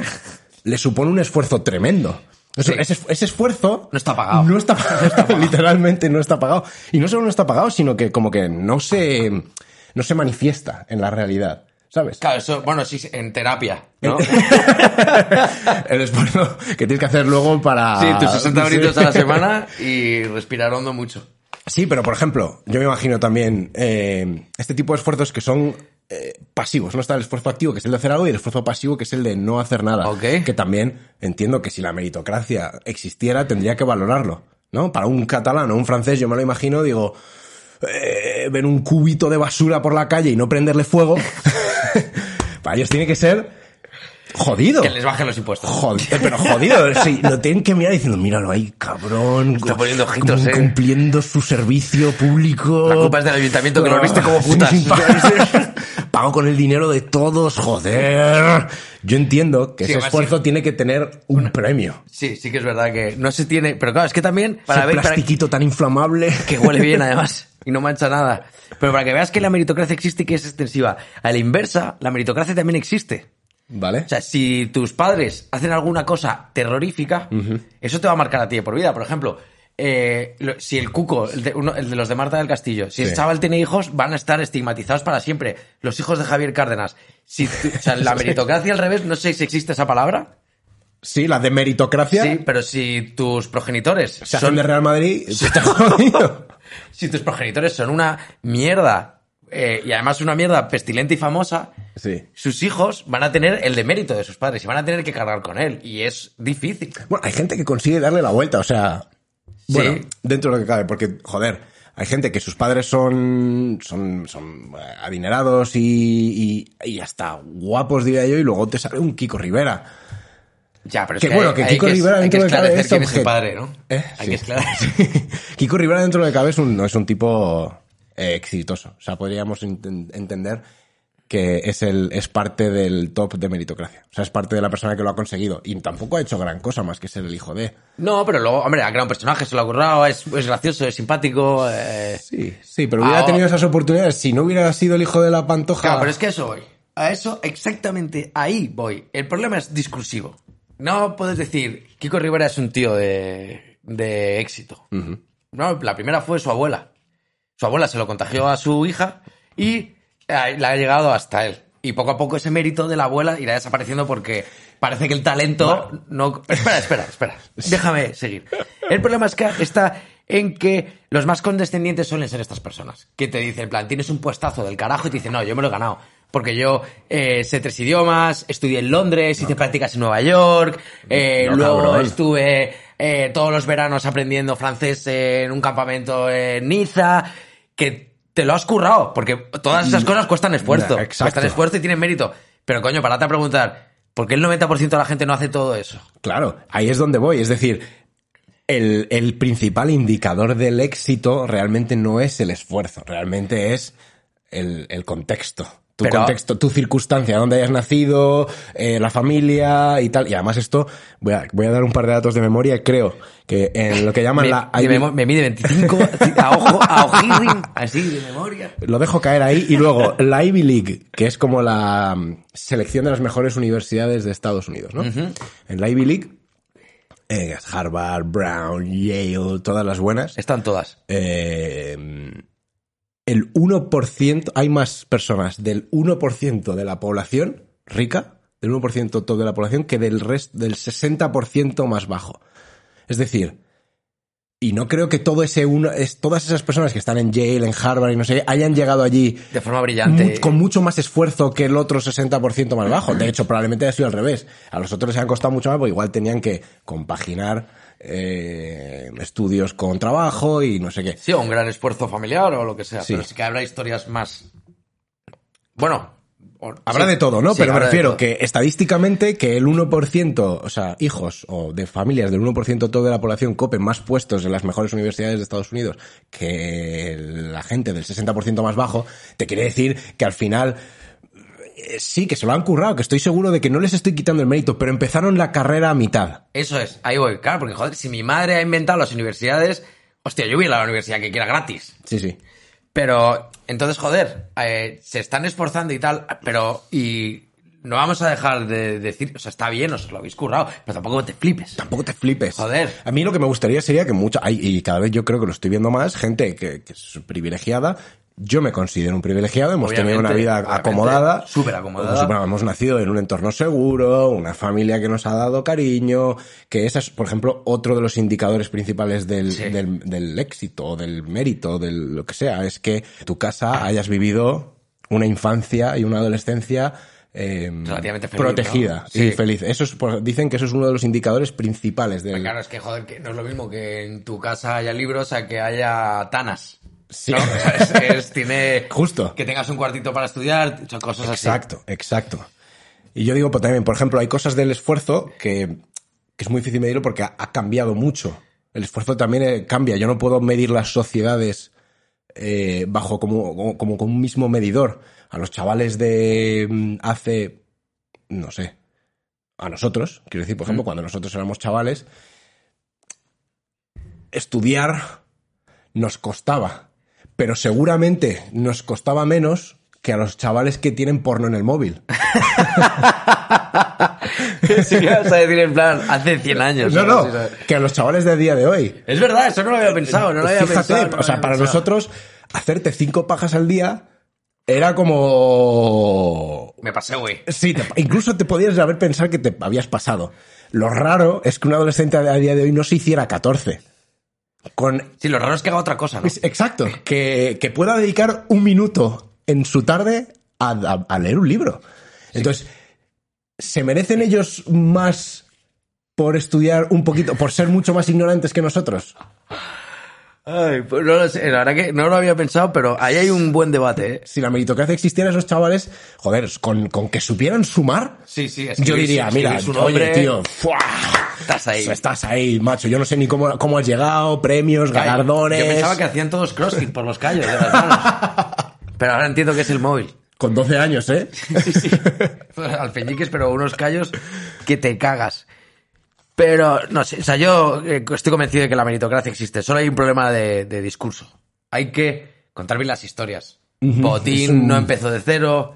[SPEAKER 1] le supone un esfuerzo tremendo. O sea,
[SPEAKER 2] Sí.
[SPEAKER 1] ese, ese esfuerzo
[SPEAKER 2] No está pagado.
[SPEAKER 1] No está pagado, literalmente no está pagado. Y no solo no está pagado, sino que como que no se, no se manifiesta en la realidad. ¿Sabes?
[SPEAKER 2] Claro, eso, bueno, sí, en terapia, ¿no?
[SPEAKER 1] El esfuerzo que tienes que hacer luego para...
[SPEAKER 2] Ah, Sí, tus 60
[SPEAKER 1] Sí.
[SPEAKER 2] minutos a la semana y respirar hondo mucho.
[SPEAKER 1] Sí, pero por ejemplo, yo me imagino también eh, este tipo de esfuerzos que son eh, pasivos, ¿no? Está el esfuerzo activo, que es el de hacer algo, y el esfuerzo pasivo, que es el de no hacer nada.
[SPEAKER 2] Ok.
[SPEAKER 1] Que también entiendo que si la meritocracia existiera, tendría que valorarlo, ¿no? Para un catalán o un francés, yo me lo imagino, digo, eh, ver un cubito de basura por la calle y no prenderle fuego, para ellos tiene que ser Jodido.
[SPEAKER 2] Que les bajen los impuestos.
[SPEAKER 1] Jodido, eh, pero jodido. Sí, lo tienen que mirar diciendo, míralo ahí, cabrón.
[SPEAKER 2] Está poniendo ojitos,
[SPEAKER 1] cum-
[SPEAKER 2] eh.
[SPEAKER 1] Cumpliendo su servicio público. Ah,
[SPEAKER 2] La culpa es del ayuntamiento que nos viste como putas.
[SPEAKER 1] Sí, sí, Pago con el dinero de todos, joder. Yo entiendo que
[SPEAKER 2] Sí,
[SPEAKER 1] ese
[SPEAKER 2] además,
[SPEAKER 1] esfuerzo tiene que tener un premio.
[SPEAKER 2] Sí, sí que es verdad que no se tiene. Pero claro, es que también para
[SPEAKER 1] Ese
[SPEAKER 2] ver para-
[SPEAKER 1] plastiquito tan inflamable.
[SPEAKER 2] que huele bien además y no mancha nada. Pero para que veas que la meritocracia existe y que es extensiva. A la inversa, la meritocracia también existe.
[SPEAKER 1] ¿Vale?
[SPEAKER 2] O sea, si tus padres hacen alguna cosa terrorífica, eso te va a marcar a ti de por vida. Por ejemplo, eh, lo- si el cuco, el de, uno- el de los de Marta del Castillo, si el
[SPEAKER 1] Sí.
[SPEAKER 2] chaval tiene hijos, van a estar estigmatizados para siempre. Los hijos de Javier Cárdenas. Si tú- o sea, la meritocracia al revés, no sé si existe esa palabra.
[SPEAKER 1] sí, la de meritocracia.
[SPEAKER 2] Sí, pero si tus progenitores
[SPEAKER 1] Se hacen
[SPEAKER 2] son
[SPEAKER 1] de Real Madrid. Está jodido.
[SPEAKER 2] si tus progenitores son una mierda, eh, y además una mierda pestilente y famosa,
[SPEAKER 1] Sí.
[SPEAKER 2] sus hijos van a tener el demérito de sus padres y van a tener que cargar con él. Y es difícil.
[SPEAKER 1] Bueno, hay gente que consigue darle la vuelta, o sea. Bueno,
[SPEAKER 2] Sí.
[SPEAKER 1] dentro de lo que cabe, porque, joder, hay gente que sus padres son. son, son eh, adinerados y, y, y hasta guapos, diría yo, y luego te sale un Kiko Rivera.
[SPEAKER 2] Ya, pero es
[SPEAKER 1] Que
[SPEAKER 2] que,
[SPEAKER 1] bueno,
[SPEAKER 2] hay-
[SPEAKER 1] que
[SPEAKER 2] hay
[SPEAKER 1] Kiko
[SPEAKER 2] es-
[SPEAKER 1] Rivera
[SPEAKER 2] hay que
[SPEAKER 1] dentro de cada
[SPEAKER 2] esclarecer
[SPEAKER 1] vez
[SPEAKER 2] quién es el
[SPEAKER 1] objeto.
[SPEAKER 2] padre, ¿no?
[SPEAKER 1] ¿Eh?
[SPEAKER 2] Hay
[SPEAKER 1] Sí.
[SPEAKER 2] que esclarecer.
[SPEAKER 1] Kiko Rivera, dentro de lo que cabe, es un- no es un tipo eh, exitoso. O sea, podríamos enten- entender que es, el, es parte del top de meritocracia. O sea, es parte de la persona que lo ha conseguido. Y tampoco ha hecho gran cosa más que ser el hijo de.
[SPEAKER 2] No, pero luego, hombre, ha creado un personaje, se lo ha currado, es, es gracioso, es simpático. eh.
[SPEAKER 1] Sí, sí, pero hubiera
[SPEAKER 2] Ah,
[SPEAKER 1] tenido esas oportunidades si no hubiera sido el hijo de la pantoja.
[SPEAKER 2] Claro, pero es que a eso voy. A eso, exactamente ahí voy. El problema es discursivo. No puedes decir, Kiko Rivera es un tío de, de éxito. No, la primera fue su abuela. Su abuela se lo contagió a su hija y eh, la ha llegado hasta él. Y poco a poco ese mérito de la abuela irá desapareciendo porque parece que el talento no... Espera, espera, espera. Déjame seguir. El problema es que está en que los más condescendientes suelen ser estas personas. Que te dicen, en plan, tienes un puestazo del carajo y te dicen, no, yo me lo he ganado. Porque yo eh, sé tres idiomas, estudié en Londres, hice prácticas en Nueva York, eh,
[SPEAKER 1] No,
[SPEAKER 2] luego
[SPEAKER 1] cabrón.
[SPEAKER 2] estuve eh, todos los veranos aprendiendo francés en un campamento en Niza, que te lo has currado, porque todas esas cosas cuestan esfuerzo,
[SPEAKER 1] Mm. Ya, exacto.
[SPEAKER 2] cuestan esfuerzo y tienen mérito. Pero coño, parate a preguntar, ¿por qué el 90% de la gente no hace todo eso?
[SPEAKER 1] Claro, ahí es donde voy. Es decir, el, el principal indicador del éxito realmente no es el esfuerzo, realmente es el, el contexto. Tu
[SPEAKER 2] Pero-
[SPEAKER 1] contexto, tu circunstancia, donde hayas nacido, eh, la familia y tal. Y además esto, voy a, voy a dar un par de datos de memoria, creo, que en lo que llaman
[SPEAKER 2] Me,
[SPEAKER 1] la...
[SPEAKER 2] me memo- me mide 25 a ojo, a ojirrin, así de memoria.
[SPEAKER 1] Lo dejo caer ahí. Y luego, la Ivy League, que es como la mm, selección de las mejores universidades de Estados Unidos, ¿no? En la Ivy League, eh, Harvard, Brown, Yale, todas las buenas.
[SPEAKER 2] Están todas.
[SPEAKER 1] eh, el 1%, hay más personas del 1% de la población rica, del 1% todo de la población, que del resto, del 60% más bajo. Es decir, y no creo que todo ese uno, es, todas esas personas que están en Yale, en Harvard y no sé, hayan llegado allí
[SPEAKER 2] De forma brillante.
[SPEAKER 1] mu- con mucho más esfuerzo que el otro 60% más bajo. De hecho, probablemente haya sido al revés. A los otros les han costado mucho más, porque igual tenían que compaginar eh, estudios con trabajo y no sé qué.
[SPEAKER 2] Sí, o un gran esfuerzo familiar o lo que sea.
[SPEAKER 1] Sí.
[SPEAKER 2] Pero sí que habrá historias más. Bueno. o-
[SPEAKER 1] Habrá
[SPEAKER 2] sí.
[SPEAKER 1] de todo, ¿no?
[SPEAKER 2] Sí,
[SPEAKER 1] Pero me
[SPEAKER 2] habrá de
[SPEAKER 1] refiero
[SPEAKER 2] todo.
[SPEAKER 1] que estadísticamente que el 1%, o sea, hijos o de familias del 1% todo de la población copen más puestos en las mejores universidades de Estados Unidos que la gente del 60% más bajo, te quiere decir que al final eh, sí, que se lo han currado, que estoy seguro de que no les estoy quitando el mérito, pero empezaron la carrera a mitad.
[SPEAKER 2] Eso es, ahí voy, claro, porque joder, si mi madre ha inventado las universidades, hostia, yo voy a ir a la universidad que quiera gratis.
[SPEAKER 1] Sí, sí.
[SPEAKER 2] Pero, entonces, joder, eh, se están esforzando y tal, pero, y no vamos a dejar de decir, o sea, está bien, os lo habéis currado, pero tampoco te flipes.
[SPEAKER 1] Tampoco te flipes.
[SPEAKER 2] Joder.
[SPEAKER 1] A mí lo que me gustaría sería que mucha, hay- y cada vez yo creo que lo estoy viendo más, gente que, que es privilegiada. Yo me considero un privilegiado, hemos tenido una
[SPEAKER 2] Obviamente,
[SPEAKER 1] vida
[SPEAKER 2] obviamente,
[SPEAKER 1] acomodada.
[SPEAKER 2] súper acomodada.
[SPEAKER 1] Hemos- bueno, hemos nacido en un entorno seguro, una familia que nos ha dado cariño, que ese es, por ejemplo, otro de los indicadores principales del,
[SPEAKER 2] Sí.
[SPEAKER 1] del, del éxito, o del mérito, de lo que sea. Es que tu casa hayas vivido una infancia y una adolescencia eh,
[SPEAKER 2] Relativamente feliz,
[SPEAKER 1] protegida
[SPEAKER 2] ¿no?
[SPEAKER 1] y
[SPEAKER 2] Sí.
[SPEAKER 1] feliz. Eso es, por- dicen que eso es uno de los indicadores principales del...
[SPEAKER 2] Ah, Claro, es que, joder, que no es lo mismo que en tu casa haya libros a que haya tanas.
[SPEAKER 1] Sí.
[SPEAKER 2] ¿no? O sea, es- es- tiene...
[SPEAKER 1] Justo.
[SPEAKER 2] Que tengas un cuartito para estudiar, o sea, cosas así.
[SPEAKER 1] Exacto, exacto. Y yo digo, pues también, por ejemplo, hay cosas del esfuerzo que, que es muy difícil medirlo porque ha, ha cambiado mucho. El esfuerzo también eh, cambia. Yo no puedo medir las sociedades eh, bajo como, como, como con un mismo medidor. A los chavales de mm, hace, no sé, a nosotros, quiero decir, por ejemplo,
[SPEAKER 2] Mm.
[SPEAKER 1] cuando nosotros éramos chavales, estudiar nos costaba, pero seguramente nos costaba menos que a los chavales que tienen porno en el móvil.
[SPEAKER 2] Sí, vas a decir en plan, hace 100 años.
[SPEAKER 1] No,
[SPEAKER 2] ¿sabes?
[SPEAKER 1] no,
[SPEAKER 2] Sí, ¿sabes?
[SPEAKER 1] que a los chavales de día de hoy.
[SPEAKER 2] Es verdad, eso no lo había pensado, no lo había
[SPEAKER 1] Fíjate,
[SPEAKER 2] pensado. no lo
[SPEAKER 1] o sea,
[SPEAKER 2] había
[SPEAKER 1] para
[SPEAKER 2] pensado.
[SPEAKER 1] nosotros hacerte cinco pajas al día era como...
[SPEAKER 2] Me pasé, güey.
[SPEAKER 1] Sí, te- incluso te podías haber pensado que te habías pasado. Lo raro es que un adolescente a día de hoy no se hiciera 14. Con
[SPEAKER 2] Sí, lo raro es que haga otra cosa, ¿no?
[SPEAKER 1] Pues, Exacto, que, que pueda dedicar un minuto en su tarde a, a- a leer un libro. Entonces, ¿se merecen ellos más por estudiar un poquito, por ser mucho más ignorantes que nosotros?
[SPEAKER 2] Ay, pues no lo sé, la verdad que no lo había pensado, pero ahí hay un buen debate, ¿eh?
[SPEAKER 1] Si la meritocracia existiera, esos chavales, joder, con, con que supieran sumar,
[SPEAKER 2] Sí, sí, es
[SPEAKER 1] yo diría, mira,
[SPEAKER 2] es un
[SPEAKER 1] oye,
[SPEAKER 2] hombre,
[SPEAKER 1] tío, ¡fua!
[SPEAKER 2] estás ahí.
[SPEAKER 1] estás ahí, macho, yo no sé ni cómo, cómo has llegado, premios,
[SPEAKER 2] Ay,
[SPEAKER 1] galardones,
[SPEAKER 2] Yo pensaba que hacían todos crossfit por los callos de las manos. Pero ahora entiendo que es el móvil.
[SPEAKER 1] con 12 años, ¿eh?
[SPEAKER 2] Sí, sí. Alfeñiques, pero unos callos que te cagas. Pero, no sé, o sea, yo eh, estoy convencido de que la meritocracia existe. Solo hay un problema de, de discurso. Hay que contar bien las historias. Botín no empezó de cero,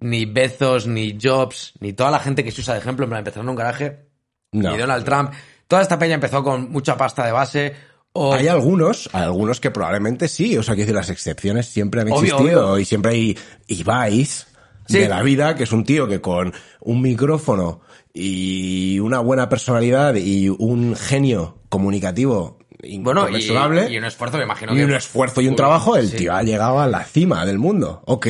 [SPEAKER 2] ni Bezos, ni Jobs, ni toda la gente que se usa de ejemplo, en plan, empezaron en un garaje,
[SPEAKER 1] No.
[SPEAKER 2] ni Donald Trump. Toda esta peña empezó con mucha pasta de base. O
[SPEAKER 1] Hay algunos, hay algunos que probablemente sí, o sea, quiero decir, las excepciones siempre han
[SPEAKER 2] Obvio,
[SPEAKER 1] existido
[SPEAKER 2] obvio.
[SPEAKER 1] y siempre hay Ibáis
[SPEAKER 2] Sí.
[SPEAKER 1] de la vida, que es un tío que con un micrófono y una buena personalidad y un genio comunicativo
[SPEAKER 2] Bueno, y,
[SPEAKER 1] inconmensurable
[SPEAKER 2] y un esfuerzo, me imagino
[SPEAKER 1] y
[SPEAKER 2] que...
[SPEAKER 1] un esfuerzo y un
[SPEAKER 2] Uy,
[SPEAKER 1] trabajo, el
[SPEAKER 2] sí.
[SPEAKER 1] tío ha llegado a la cima del mundo. Ok,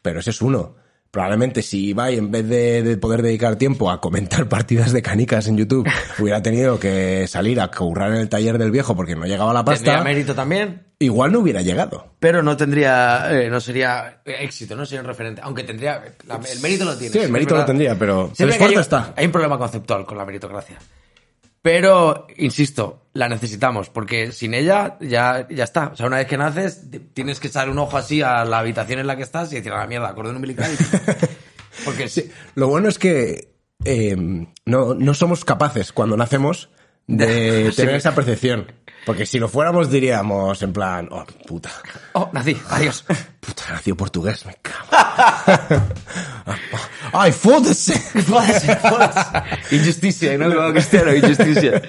[SPEAKER 1] pero ese es uno. Probablemente si Ibai, en vez de, de poder dedicar tiempo a comentar partidas de canicas en YouTube, hubiera tenido que salir a currar en el taller del viejo porque no llegaba la
[SPEAKER 2] Tendría
[SPEAKER 1] pasta,
[SPEAKER 2] mérito también,
[SPEAKER 1] igual no hubiera llegado.
[SPEAKER 2] pero no tendría, eh, no sería éxito, no sería un referente. Aunque tendría, la- el mérito lo tiene.
[SPEAKER 1] Sí, el mérito lo
[SPEAKER 2] es verdad.
[SPEAKER 1] tendría, pero el
[SPEAKER 2] Siempre que
[SPEAKER 1] esfuerzo
[SPEAKER 2] hay,
[SPEAKER 1] está.
[SPEAKER 2] Hay un problema conceptual con la meritocracia. Pero, insisto, la necesitamos, porque sin ella ya, ya está. O sea, una vez que naces, t- tienes que echar un ojo así a la habitación en la que estás y decir, a la mierda, cordón umbilical. y- Porque sí.
[SPEAKER 1] Lo bueno es que eh, no, no somos capaces cuando nacemos de
[SPEAKER 2] Sí.
[SPEAKER 1] tener esa percepción. Porque si lo fuéramos diríamos en plan, oh, puta,
[SPEAKER 2] Oh, nací, adiós.
[SPEAKER 1] Puta, nació portugués, me cago. ¡Ay, fódese!
[SPEAKER 2] Fódese, fódese. Injusticia, ¿no? Como cristiano, injusticia.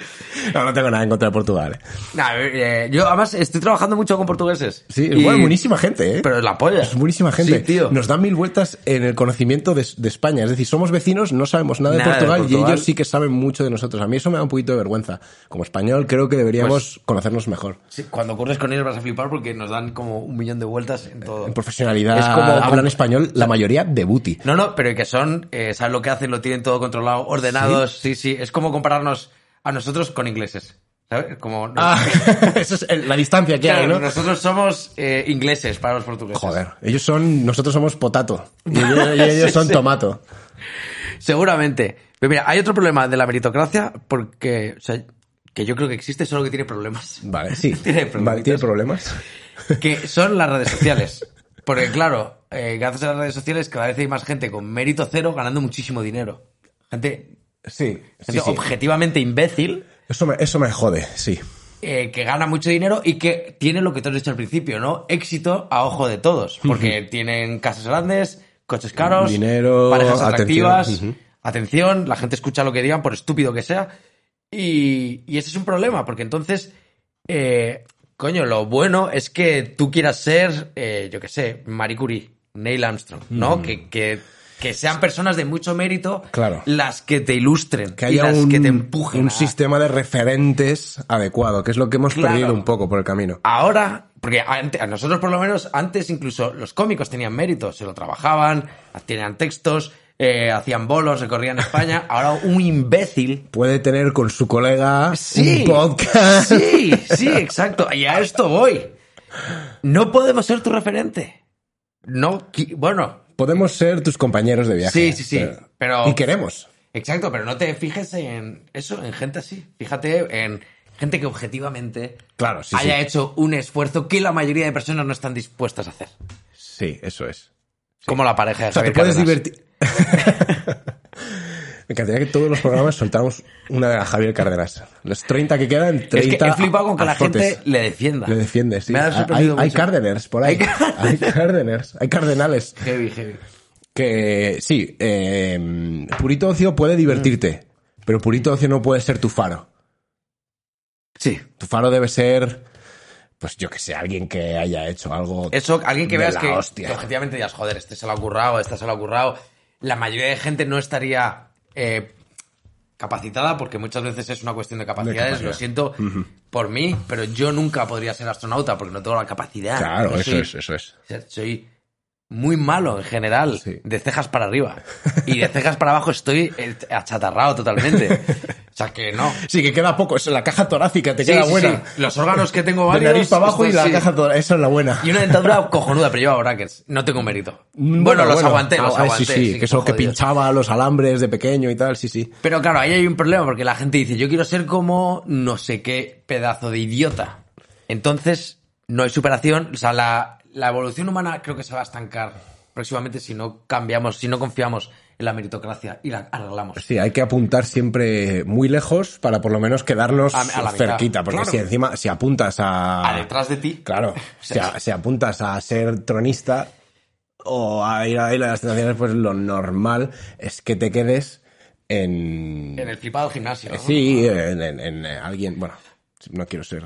[SPEAKER 1] No, no tengo nada en contra de Portugal. eh.
[SPEAKER 2] Nah, eh, yo además estoy trabajando mucho con portugueses.
[SPEAKER 1] Sí,
[SPEAKER 2] Y-
[SPEAKER 1] bueno, buenísima gente, ¿eh?
[SPEAKER 2] Pero es la polla.
[SPEAKER 1] es buenísima gente.
[SPEAKER 2] Sí, tío.
[SPEAKER 1] Nos dan mil vueltas en el conocimiento de, de España. Es decir, somos vecinos, no sabemos nada,
[SPEAKER 2] Nada de
[SPEAKER 1] de, Portugal,
[SPEAKER 2] Portugal.
[SPEAKER 1] y ellos sí que saben mucho de nosotros. A mí eso me da un poquito de vergüenza. Como español, creo que deberíamos conocernos mejor.
[SPEAKER 2] Sí, cuando corres con ellos vas a flipar porque nos dan como un millón de vueltas en todo.
[SPEAKER 1] Eh, En profesionalidad,
[SPEAKER 2] Es como-
[SPEAKER 1] hablan
[SPEAKER 2] como-
[SPEAKER 1] español la mayoría de booty.
[SPEAKER 2] No, no, pero que son, eh, saben lo que hacen, lo tienen todo controlado, ordenados. ¿Sí? sí, Es como compararnos a nosotros con ingleses. ¿Sabes? Como. no-
[SPEAKER 1] Ah, eso es el- la distancia que
[SPEAKER 2] Claro,
[SPEAKER 1] hay, ¿no?
[SPEAKER 2] Nosotros somos eh, ingleses para los portugueses.
[SPEAKER 1] Joder, ellos son, nosotros somos potato y ellos, y ellos son tomato.
[SPEAKER 2] Seguramente. Pero mira, hay otro problema de la meritocracia porque. O sea, que yo creo que existe, solo que tiene problemas.
[SPEAKER 1] Vale, sí.
[SPEAKER 2] Tiene problemitas.
[SPEAKER 1] Vale, tiene problemas.
[SPEAKER 2] que son las redes sociales. Porque claro, eh, gracias a las redes sociales cada vez hay más gente con mérito cero ganando muchísimo dinero. Gente,
[SPEAKER 1] Sí, sí,
[SPEAKER 2] gente
[SPEAKER 1] sí.
[SPEAKER 2] objetivamente imbécil
[SPEAKER 1] Eso, me, eso me jode, sí.
[SPEAKER 2] eh, que gana mucho dinero y que tiene lo que tú has dicho al principio, ¿no? Éxito a ojo de todos. Porque tienen casas grandes, coches caros,
[SPEAKER 1] Dinero,
[SPEAKER 2] parejas
[SPEAKER 1] atención,
[SPEAKER 2] atractivas,
[SPEAKER 1] ujú.
[SPEAKER 2] atención, la gente escucha lo que digan, por estúpido que sea. Y, y ese es un problema, porque entonces, eh, coño, lo bueno es que tú quieras ser, eh, yo qué sé, Marie Curie, Neil Armstrong, ¿no? Que, que- que sean personas de mucho mérito
[SPEAKER 1] Claro.
[SPEAKER 2] las que te ilustren
[SPEAKER 1] Que
[SPEAKER 2] y
[SPEAKER 1] haya
[SPEAKER 2] las
[SPEAKER 1] un,
[SPEAKER 2] que te empujen
[SPEAKER 1] un
[SPEAKER 2] a-
[SPEAKER 1] sistema de referentes adecuado, que es lo que hemos
[SPEAKER 2] Claro.
[SPEAKER 1] perdido un poco por el camino.
[SPEAKER 2] Ahora, porque ante- a nosotros por lo menos, antes incluso los cómicos tenían mérito, se lo trabajaban, tenían textos, eh, hacían bolos, recorrían España. Ahora un imbécil.
[SPEAKER 1] Puede tener con su colega
[SPEAKER 2] Sí.
[SPEAKER 1] un podcast.
[SPEAKER 2] Sí, sí, exacto. Y a esto voy. No podemos ser tu referente. No, qui- bueno,
[SPEAKER 1] podemos ser tus compañeros de viaje.
[SPEAKER 2] Sí, sí, sí, pero-
[SPEAKER 1] Y queremos.
[SPEAKER 2] Exacto, pero no te fijes en eso, en gente así. Fíjate en gente que objetivamente
[SPEAKER 1] Claro, sí,
[SPEAKER 2] haya
[SPEAKER 1] sí.
[SPEAKER 2] hecho un esfuerzo que la mayoría de personas no están dispuestas a hacer.
[SPEAKER 1] Sí, eso es.
[SPEAKER 2] Como la pareja de
[SPEAKER 1] O sea, te
[SPEAKER 2] Javier
[SPEAKER 1] puedes
[SPEAKER 2] Cárdenas.
[SPEAKER 1] divertir. Me encantaría que todos los programas soltamos una de Javier Cárdenas. Los 30 que quedan, 30.
[SPEAKER 2] Es que he flipado con que la
[SPEAKER 1] azotes.
[SPEAKER 2] gente le defienda.
[SPEAKER 1] Le defiende, sí.
[SPEAKER 2] Me ha
[SPEAKER 1] Hay-
[SPEAKER 2] sorprendido
[SPEAKER 1] hay,
[SPEAKER 2] mucho.
[SPEAKER 1] Cárdenas por ahí.
[SPEAKER 2] Hay
[SPEAKER 1] Hay Cárdenas. Hay Cardenales.
[SPEAKER 2] Heavy, heavy.
[SPEAKER 1] Que sí, eh, Purito Ocio puede divertirte, pero Purito Ocio no puede ser tu faro.
[SPEAKER 2] Sí.
[SPEAKER 1] Tu faro debe ser, pues yo que sé, alguien que haya hecho algo.
[SPEAKER 2] Eso, alguien que
[SPEAKER 1] de
[SPEAKER 2] veas
[SPEAKER 1] la
[SPEAKER 2] que,
[SPEAKER 1] hostia.
[SPEAKER 2] que objetivamente digas, joder, este se lo ha currado, este se lo ha currado. La mayoría de gente no estaría eh, capacitada, porque muchas veces es una cuestión de capacidades,
[SPEAKER 1] capacidad.
[SPEAKER 2] lo siento por mí, pero yo nunca podría ser astronauta porque no tengo la capacidad.
[SPEAKER 1] Claro,
[SPEAKER 2] Yo
[SPEAKER 1] eso
[SPEAKER 2] soy-
[SPEAKER 1] es, eso es.
[SPEAKER 2] o sea, Soy muy malo en general,
[SPEAKER 1] Sí.
[SPEAKER 2] de cejas para arriba. Y de cejas para abajo estoy eh, achatarrado totalmente. O sea que no.
[SPEAKER 1] Sí, que queda poco. Eso, la caja torácica te queda
[SPEAKER 2] Sí, sí,
[SPEAKER 1] buena.
[SPEAKER 2] sí. Los órganos que tengo
[SPEAKER 1] De
[SPEAKER 2] varios...
[SPEAKER 1] nariz para abajo y la
[SPEAKER 2] sí.
[SPEAKER 1] caja torácica. Esa es la buena.
[SPEAKER 2] Y una dentadura cojonuda, pero llevaba brackets. No tengo mérito. Bueno, los aguanté, los
[SPEAKER 1] Ah,
[SPEAKER 2] aguanté.
[SPEAKER 1] Sí, sí, que es lo que
[SPEAKER 2] jodidos.
[SPEAKER 1] pinchaba los alambres de pequeño y tal, sí, sí.
[SPEAKER 2] Pero claro, ahí hay un problema porque la gente dice, yo quiero ser como no sé qué pedazo de idiota. Entonces, no hay superación. O sea, la, la evolución humana creo que se va a estancar próximamente si no cambiamos, si no confiamos en la meritocracia y la arreglamos.
[SPEAKER 1] Sí, hay que apuntar siempre muy lejos para por lo menos quedarnos
[SPEAKER 2] A- a la mitad.
[SPEAKER 1] cerquita, porque
[SPEAKER 2] Claro.
[SPEAKER 1] si encima si apuntas a,
[SPEAKER 2] A detrás de ti.
[SPEAKER 1] claro, si, a- si apuntas a ser tronista o a ir a, ir a las tentaciones, pues lo normal es que te quedes en, eh,
[SPEAKER 2] En el flipado del gimnasio. ¿no?
[SPEAKER 1] sí, en, en- en alguien, bueno, no quiero ser,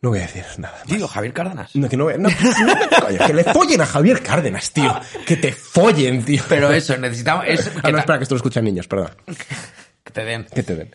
[SPEAKER 1] no voy a decir nada. más.
[SPEAKER 2] Tío, Javier Cárdenas.
[SPEAKER 1] No, que no, no, no, coño, que le follen a Javier Cárdenas, tío, que te follen, tío.
[SPEAKER 2] Pero eso, necesitamos... es-
[SPEAKER 1] Ah,
[SPEAKER 2] que,
[SPEAKER 1] no,
[SPEAKER 2] ta-
[SPEAKER 1] espera, que esto lo escuchan niños, perdón.
[SPEAKER 2] que te den.
[SPEAKER 1] Que te den.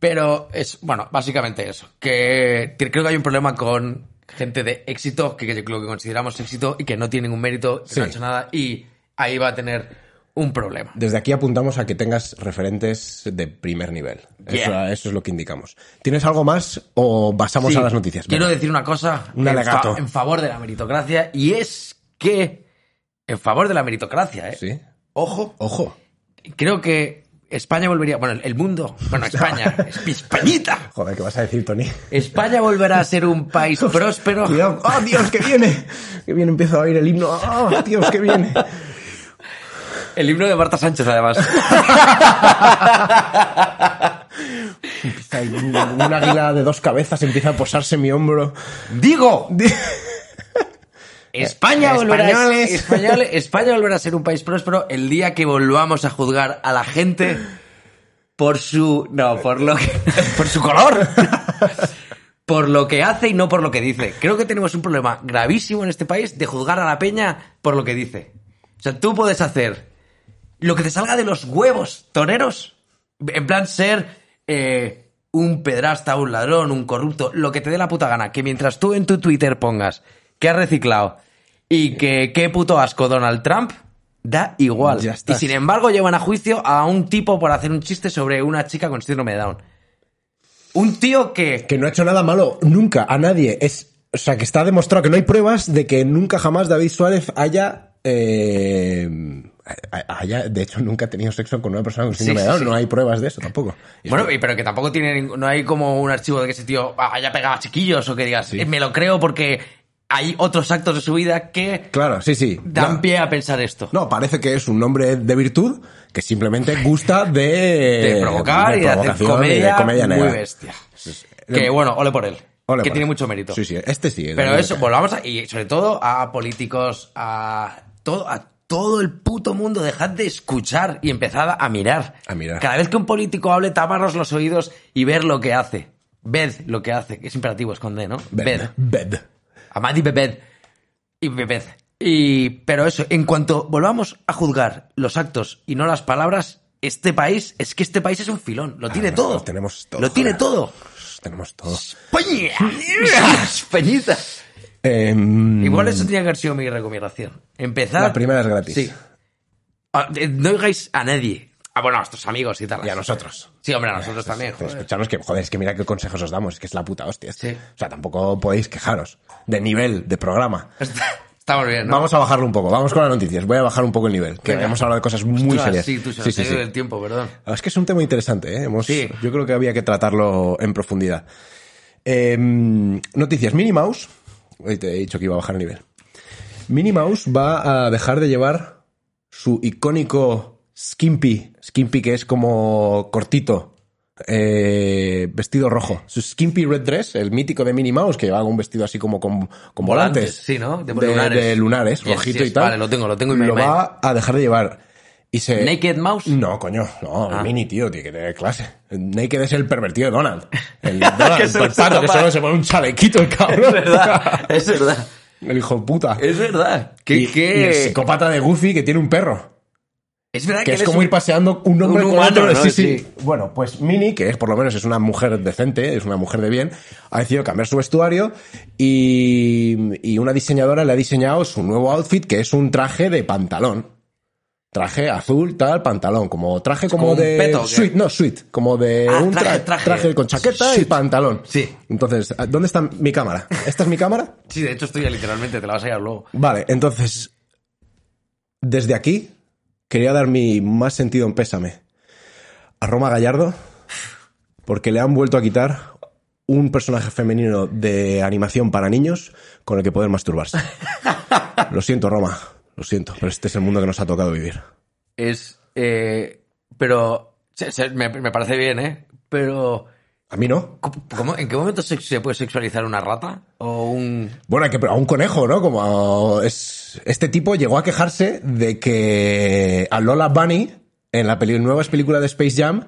[SPEAKER 2] Pero es, bueno, básicamente eso. Que t- creo que hay un problema con gente de éxito, que yo creo que consideramos éxito y que no tiene ningún mérito, que
[SPEAKER 1] Sí.
[SPEAKER 2] no ha hecho nada, y ahí va a tener un problema.
[SPEAKER 1] Desde aquí apuntamos a que tengas referentes de primer nivel. Eso,
[SPEAKER 2] Yeah.
[SPEAKER 1] eso es lo que indicamos. ¿Tienes algo más o pasamos
[SPEAKER 2] Sí,
[SPEAKER 1] a las noticias?
[SPEAKER 2] Quiero
[SPEAKER 1] Venga.
[SPEAKER 2] decir una cosa
[SPEAKER 1] Un
[SPEAKER 2] en,
[SPEAKER 1] alegato.
[SPEAKER 2] fa- en favor de la meritocracia, y es que, en favor de la meritocracia, ¿eh?
[SPEAKER 1] Sí.
[SPEAKER 2] Ojo,
[SPEAKER 1] Ojo.
[SPEAKER 2] creo que España volvería, bueno, el mundo, bueno, España, Esp- Españita.
[SPEAKER 1] Joder, ¿qué vas a decir, Tony?
[SPEAKER 2] España volverá a ser un país próspero.
[SPEAKER 1] Cuidado. ¡Oh, Dios, que viene! Que viene, empiezo a oír el himno. ¡Oh, Dios, que viene!
[SPEAKER 2] El libro de Marta Sánchez, además.
[SPEAKER 1] Empieza ahí un, un águila de dos cabezas empieza a posarse en mi hombro.
[SPEAKER 2] Digo, Eh, España volverá,
[SPEAKER 1] Españoles.
[SPEAKER 2] Español- España volverá a ser un país próspero el día que volvamos a juzgar a la gente por su no, por lo que, por su color. Por lo que hace y no por lo que dice. Creo que tenemos un problema gravísimo en este país de juzgar a la peña por lo que dice. O sea, tú puedes hacer lo que te salga de los huevos, toreros. En plan, ser eh, un pedrasta, un ladrón, un corrupto, lo que te dé la puta gana. Que mientras tú en tu Twitter pongas que has reciclado y que qué puto asco Donald Trump, da igual.
[SPEAKER 1] Ya
[SPEAKER 2] y
[SPEAKER 1] estás.
[SPEAKER 2] sin embargo, llevan a juicio a un tipo por hacer un chiste sobre una chica con síndrome de Down. Un tío que.
[SPEAKER 1] Que no ha hecho nada malo nunca a nadie. Es, o sea, que está demostrado que no hay pruebas de que nunca jamás David Suárez haya. eh, ha- haya de hecho, nunca ha tenido sexo con una persona con síndrome
[SPEAKER 2] sí,
[SPEAKER 1] de Down.
[SPEAKER 2] sí.
[SPEAKER 1] No hay pruebas de eso tampoco. Y
[SPEAKER 2] Bueno,
[SPEAKER 1] esto-
[SPEAKER 2] y- pero que tampoco tiene. ning- No hay como un archivo de que ese tío ah, haya pegado a chiquillos o que digas, "Eh, me lo creo porque hay otros actos de su vida que
[SPEAKER 1] claro, sí, sí.
[SPEAKER 2] dan
[SPEAKER 1] No,
[SPEAKER 2] pie a pensar esto.
[SPEAKER 1] no, parece que es un hombre de virtud que simplemente gusta de.
[SPEAKER 2] de
[SPEAKER 1] Eh,
[SPEAKER 2] provocar
[SPEAKER 1] de
[SPEAKER 2] y de hacer
[SPEAKER 1] provocación
[SPEAKER 2] comedia,
[SPEAKER 1] y de comedia
[SPEAKER 2] muy
[SPEAKER 1] negra.
[SPEAKER 2] bestia. Que bueno, ole por él.
[SPEAKER 1] Ole, vale.
[SPEAKER 2] que tiene mucho mérito.
[SPEAKER 1] Sí, sí, este sí. es
[SPEAKER 2] Pero
[SPEAKER 1] la
[SPEAKER 2] eso,
[SPEAKER 1] verdad.
[SPEAKER 2] volvamos a, y sobre todo a políticos, a todo, a todo el puto mundo, dejad de escuchar y empezad a mirar.
[SPEAKER 1] A mirar.
[SPEAKER 2] Cada vez que un político hable, taparos los oídos y ver lo que hace. Ved lo que hace, que es imperativo, esconde, ¿no? Ved.
[SPEAKER 1] Bed.
[SPEAKER 2] Amad y bebed. Y bebed. Y, pero eso, en cuanto volvamos a juzgar los actos y no las palabras, este país, es que este país es un filón. Lo tiene
[SPEAKER 1] lo
[SPEAKER 2] todo.
[SPEAKER 1] tenemos todo,
[SPEAKER 2] Lo tiene
[SPEAKER 1] joder.
[SPEAKER 2] todo.
[SPEAKER 1] Tenemos todo.
[SPEAKER 2] ¡Peña! ¡Peñita!
[SPEAKER 1] Em,
[SPEAKER 2] Igual eso tenía que haber sido mi recomendación. Empezar.
[SPEAKER 1] La primera es gratis.
[SPEAKER 2] Sí. Ah, eh, No oigáis a nadie. Ah, bueno, a nuestros amigos y tal.
[SPEAKER 1] Y a nosotros.
[SPEAKER 2] Sí, hombre, a nosotros también.
[SPEAKER 1] Pero
[SPEAKER 2] joder.
[SPEAKER 1] escucharos que, joder, es que mira qué consejos os damos, es que es la puta hostia. esto.
[SPEAKER 2] Sí.
[SPEAKER 1] O sea, tampoco podéis quejaros de nivel, de programa.
[SPEAKER 2] Estamos bien, ¿no?
[SPEAKER 1] Vamos a bajarlo un poco, vamos con las noticias. Voy a bajar un poco el nivel, que
[SPEAKER 2] Venga.
[SPEAKER 1] hemos hablado de cosas muy
[SPEAKER 2] Ostras,
[SPEAKER 1] serias.
[SPEAKER 2] Sí, tú se nos ha ido el tiempo, perdón.
[SPEAKER 1] Ah, Es que es un tema interesante, ¿eh? Hemos-
[SPEAKER 2] Sí.
[SPEAKER 1] Yo creo que había que tratarlo en profundidad. Eh, noticias. Minnie Mouse. Hoy te he dicho que iba a bajar el nivel. Minnie Mouse va a dejar de llevar su icónico skimpy. Skimpy que es como cortito. eh, vestido rojo. Su skimpy red dress, el mítico de Minnie Mouse, que llevaba un vestido así como con, con volantes.
[SPEAKER 2] Sí, ¿no?
[SPEAKER 1] De,
[SPEAKER 2] De lunares.
[SPEAKER 1] de lunares,
[SPEAKER 2] Yes,
[SPEAKER 1] rojito
[SPEAKER 2] yes,
[SPEAKER 1] y tal.
[SPEAKER 2] vale, lo tengo, lo tengo y me-
[SPEAKER 1] Lo
[SPEAKER 2] me-
[SPEAKER 1] va a dejar de llevar. Y se,
[SPEAKER 2] Naked Mouse.
[SPEAKER 1] Eh, no, coño, no,
[SPEAKER 2] Ah.
[SPEAKER 1] Mini, tío, tiene que tener clase. Naked es el pervertido de Donald. El Donald,
[SPEAKER 2] Que
[SPEAKER 1] el
[SPEAKER 2] se lo
[SPEAKER 1] pato, que
[SPEAKER 2] tapa.
[SPEAKER 1] solo se pone un chalequito el cabrón.
[SPEAKER 2] Es verdad, es verdad.
[SPEAKER 1] El hijo de puta.
[SPEAKER 2] Es verdad. ¿Qué,
[SPEAKER 1] y,
[SPEAKER 2] qué?
[SPEAKER 1] y el psicópata de Goofy que tiene un perro.
[SPEAKER 2] Es verdad
[SPEAKER 1] Que
[SPEAKER 2] que
[SPEAKER 1] es
[SPEAKER 2] eres
[SPEAKER 1] como
[SPEAKER 2] un-
[SPEAKER 1] ir paseando un hombre
[SPEAKER 2] un
[SPEAKER 1] con
[SPEAKER 2] humano,
[SPEAKER 1] otro.
[SPEAKER 2] ¿no?
[SPEAKER 1] Sí, sí.
[SPEAKER 2] Sí.
[SPEAKER 1] Bueno, pues Mini, que es por lo menos es una mujer decente, es una mujer de bien, ha decidido cambiar su vestuario y, y una diseñadora le ha diseñado su nuevo outfit, que es un traje de pantalón. Traje azul, tal, pantalón, como traje como,
[SPEAKER 2] como un
[SPEAKER 1] de
[SPEAKER 2] peto, ¿o qué?
[SPEAKER 1] suite, no, suite, como de
[SPEAKER 2] Ah,
[SPEAKER 1] un tra-
[SPEAKER 2] traje,
[SPEAKER 1] traje,
[SPEAKER 2] traje.
[SPEAKER 1] con chaqueta y
[SPEAKER 2] Suite.
[SPEAKER 1] pantalón.
[SPEAKER 2] Sí.
[SPEAKER 1] Entonces, ¿dónde está mi cámara? ¿Esta es mi cámara?
[SPEAKER 2] Sí, de hecho estoy ya literalmente, te la vas a llevar luego.
[SPEAKER 1] Vale, entonces, desde aquí quería dar mi más sentido en pésame a Roma Gallardo, porque le han vuelto a quitar un personaje femenino de animación para niños con el que poder masturbarse. Lo siento, Roma, lo siento, pero este es el mundo que nos ha tocado vivir.
[SPEAKER 2] Es. eh, pero. se- se- me, me parece bien, ¿eh? Pero.
[SPEAKER 1] A mí no.
[SPEAKER 2] ¿cómo- cómo- ¿En qué momento se, se puede sexualizar una rata? ¿O un.?
[SPEAKER 1] Bueno, hay que, a un conejo, ¿no? Como a- es, este tipo llegó a quejarse de que a Lola Bunny, en la peli, nueva película de Space Jam,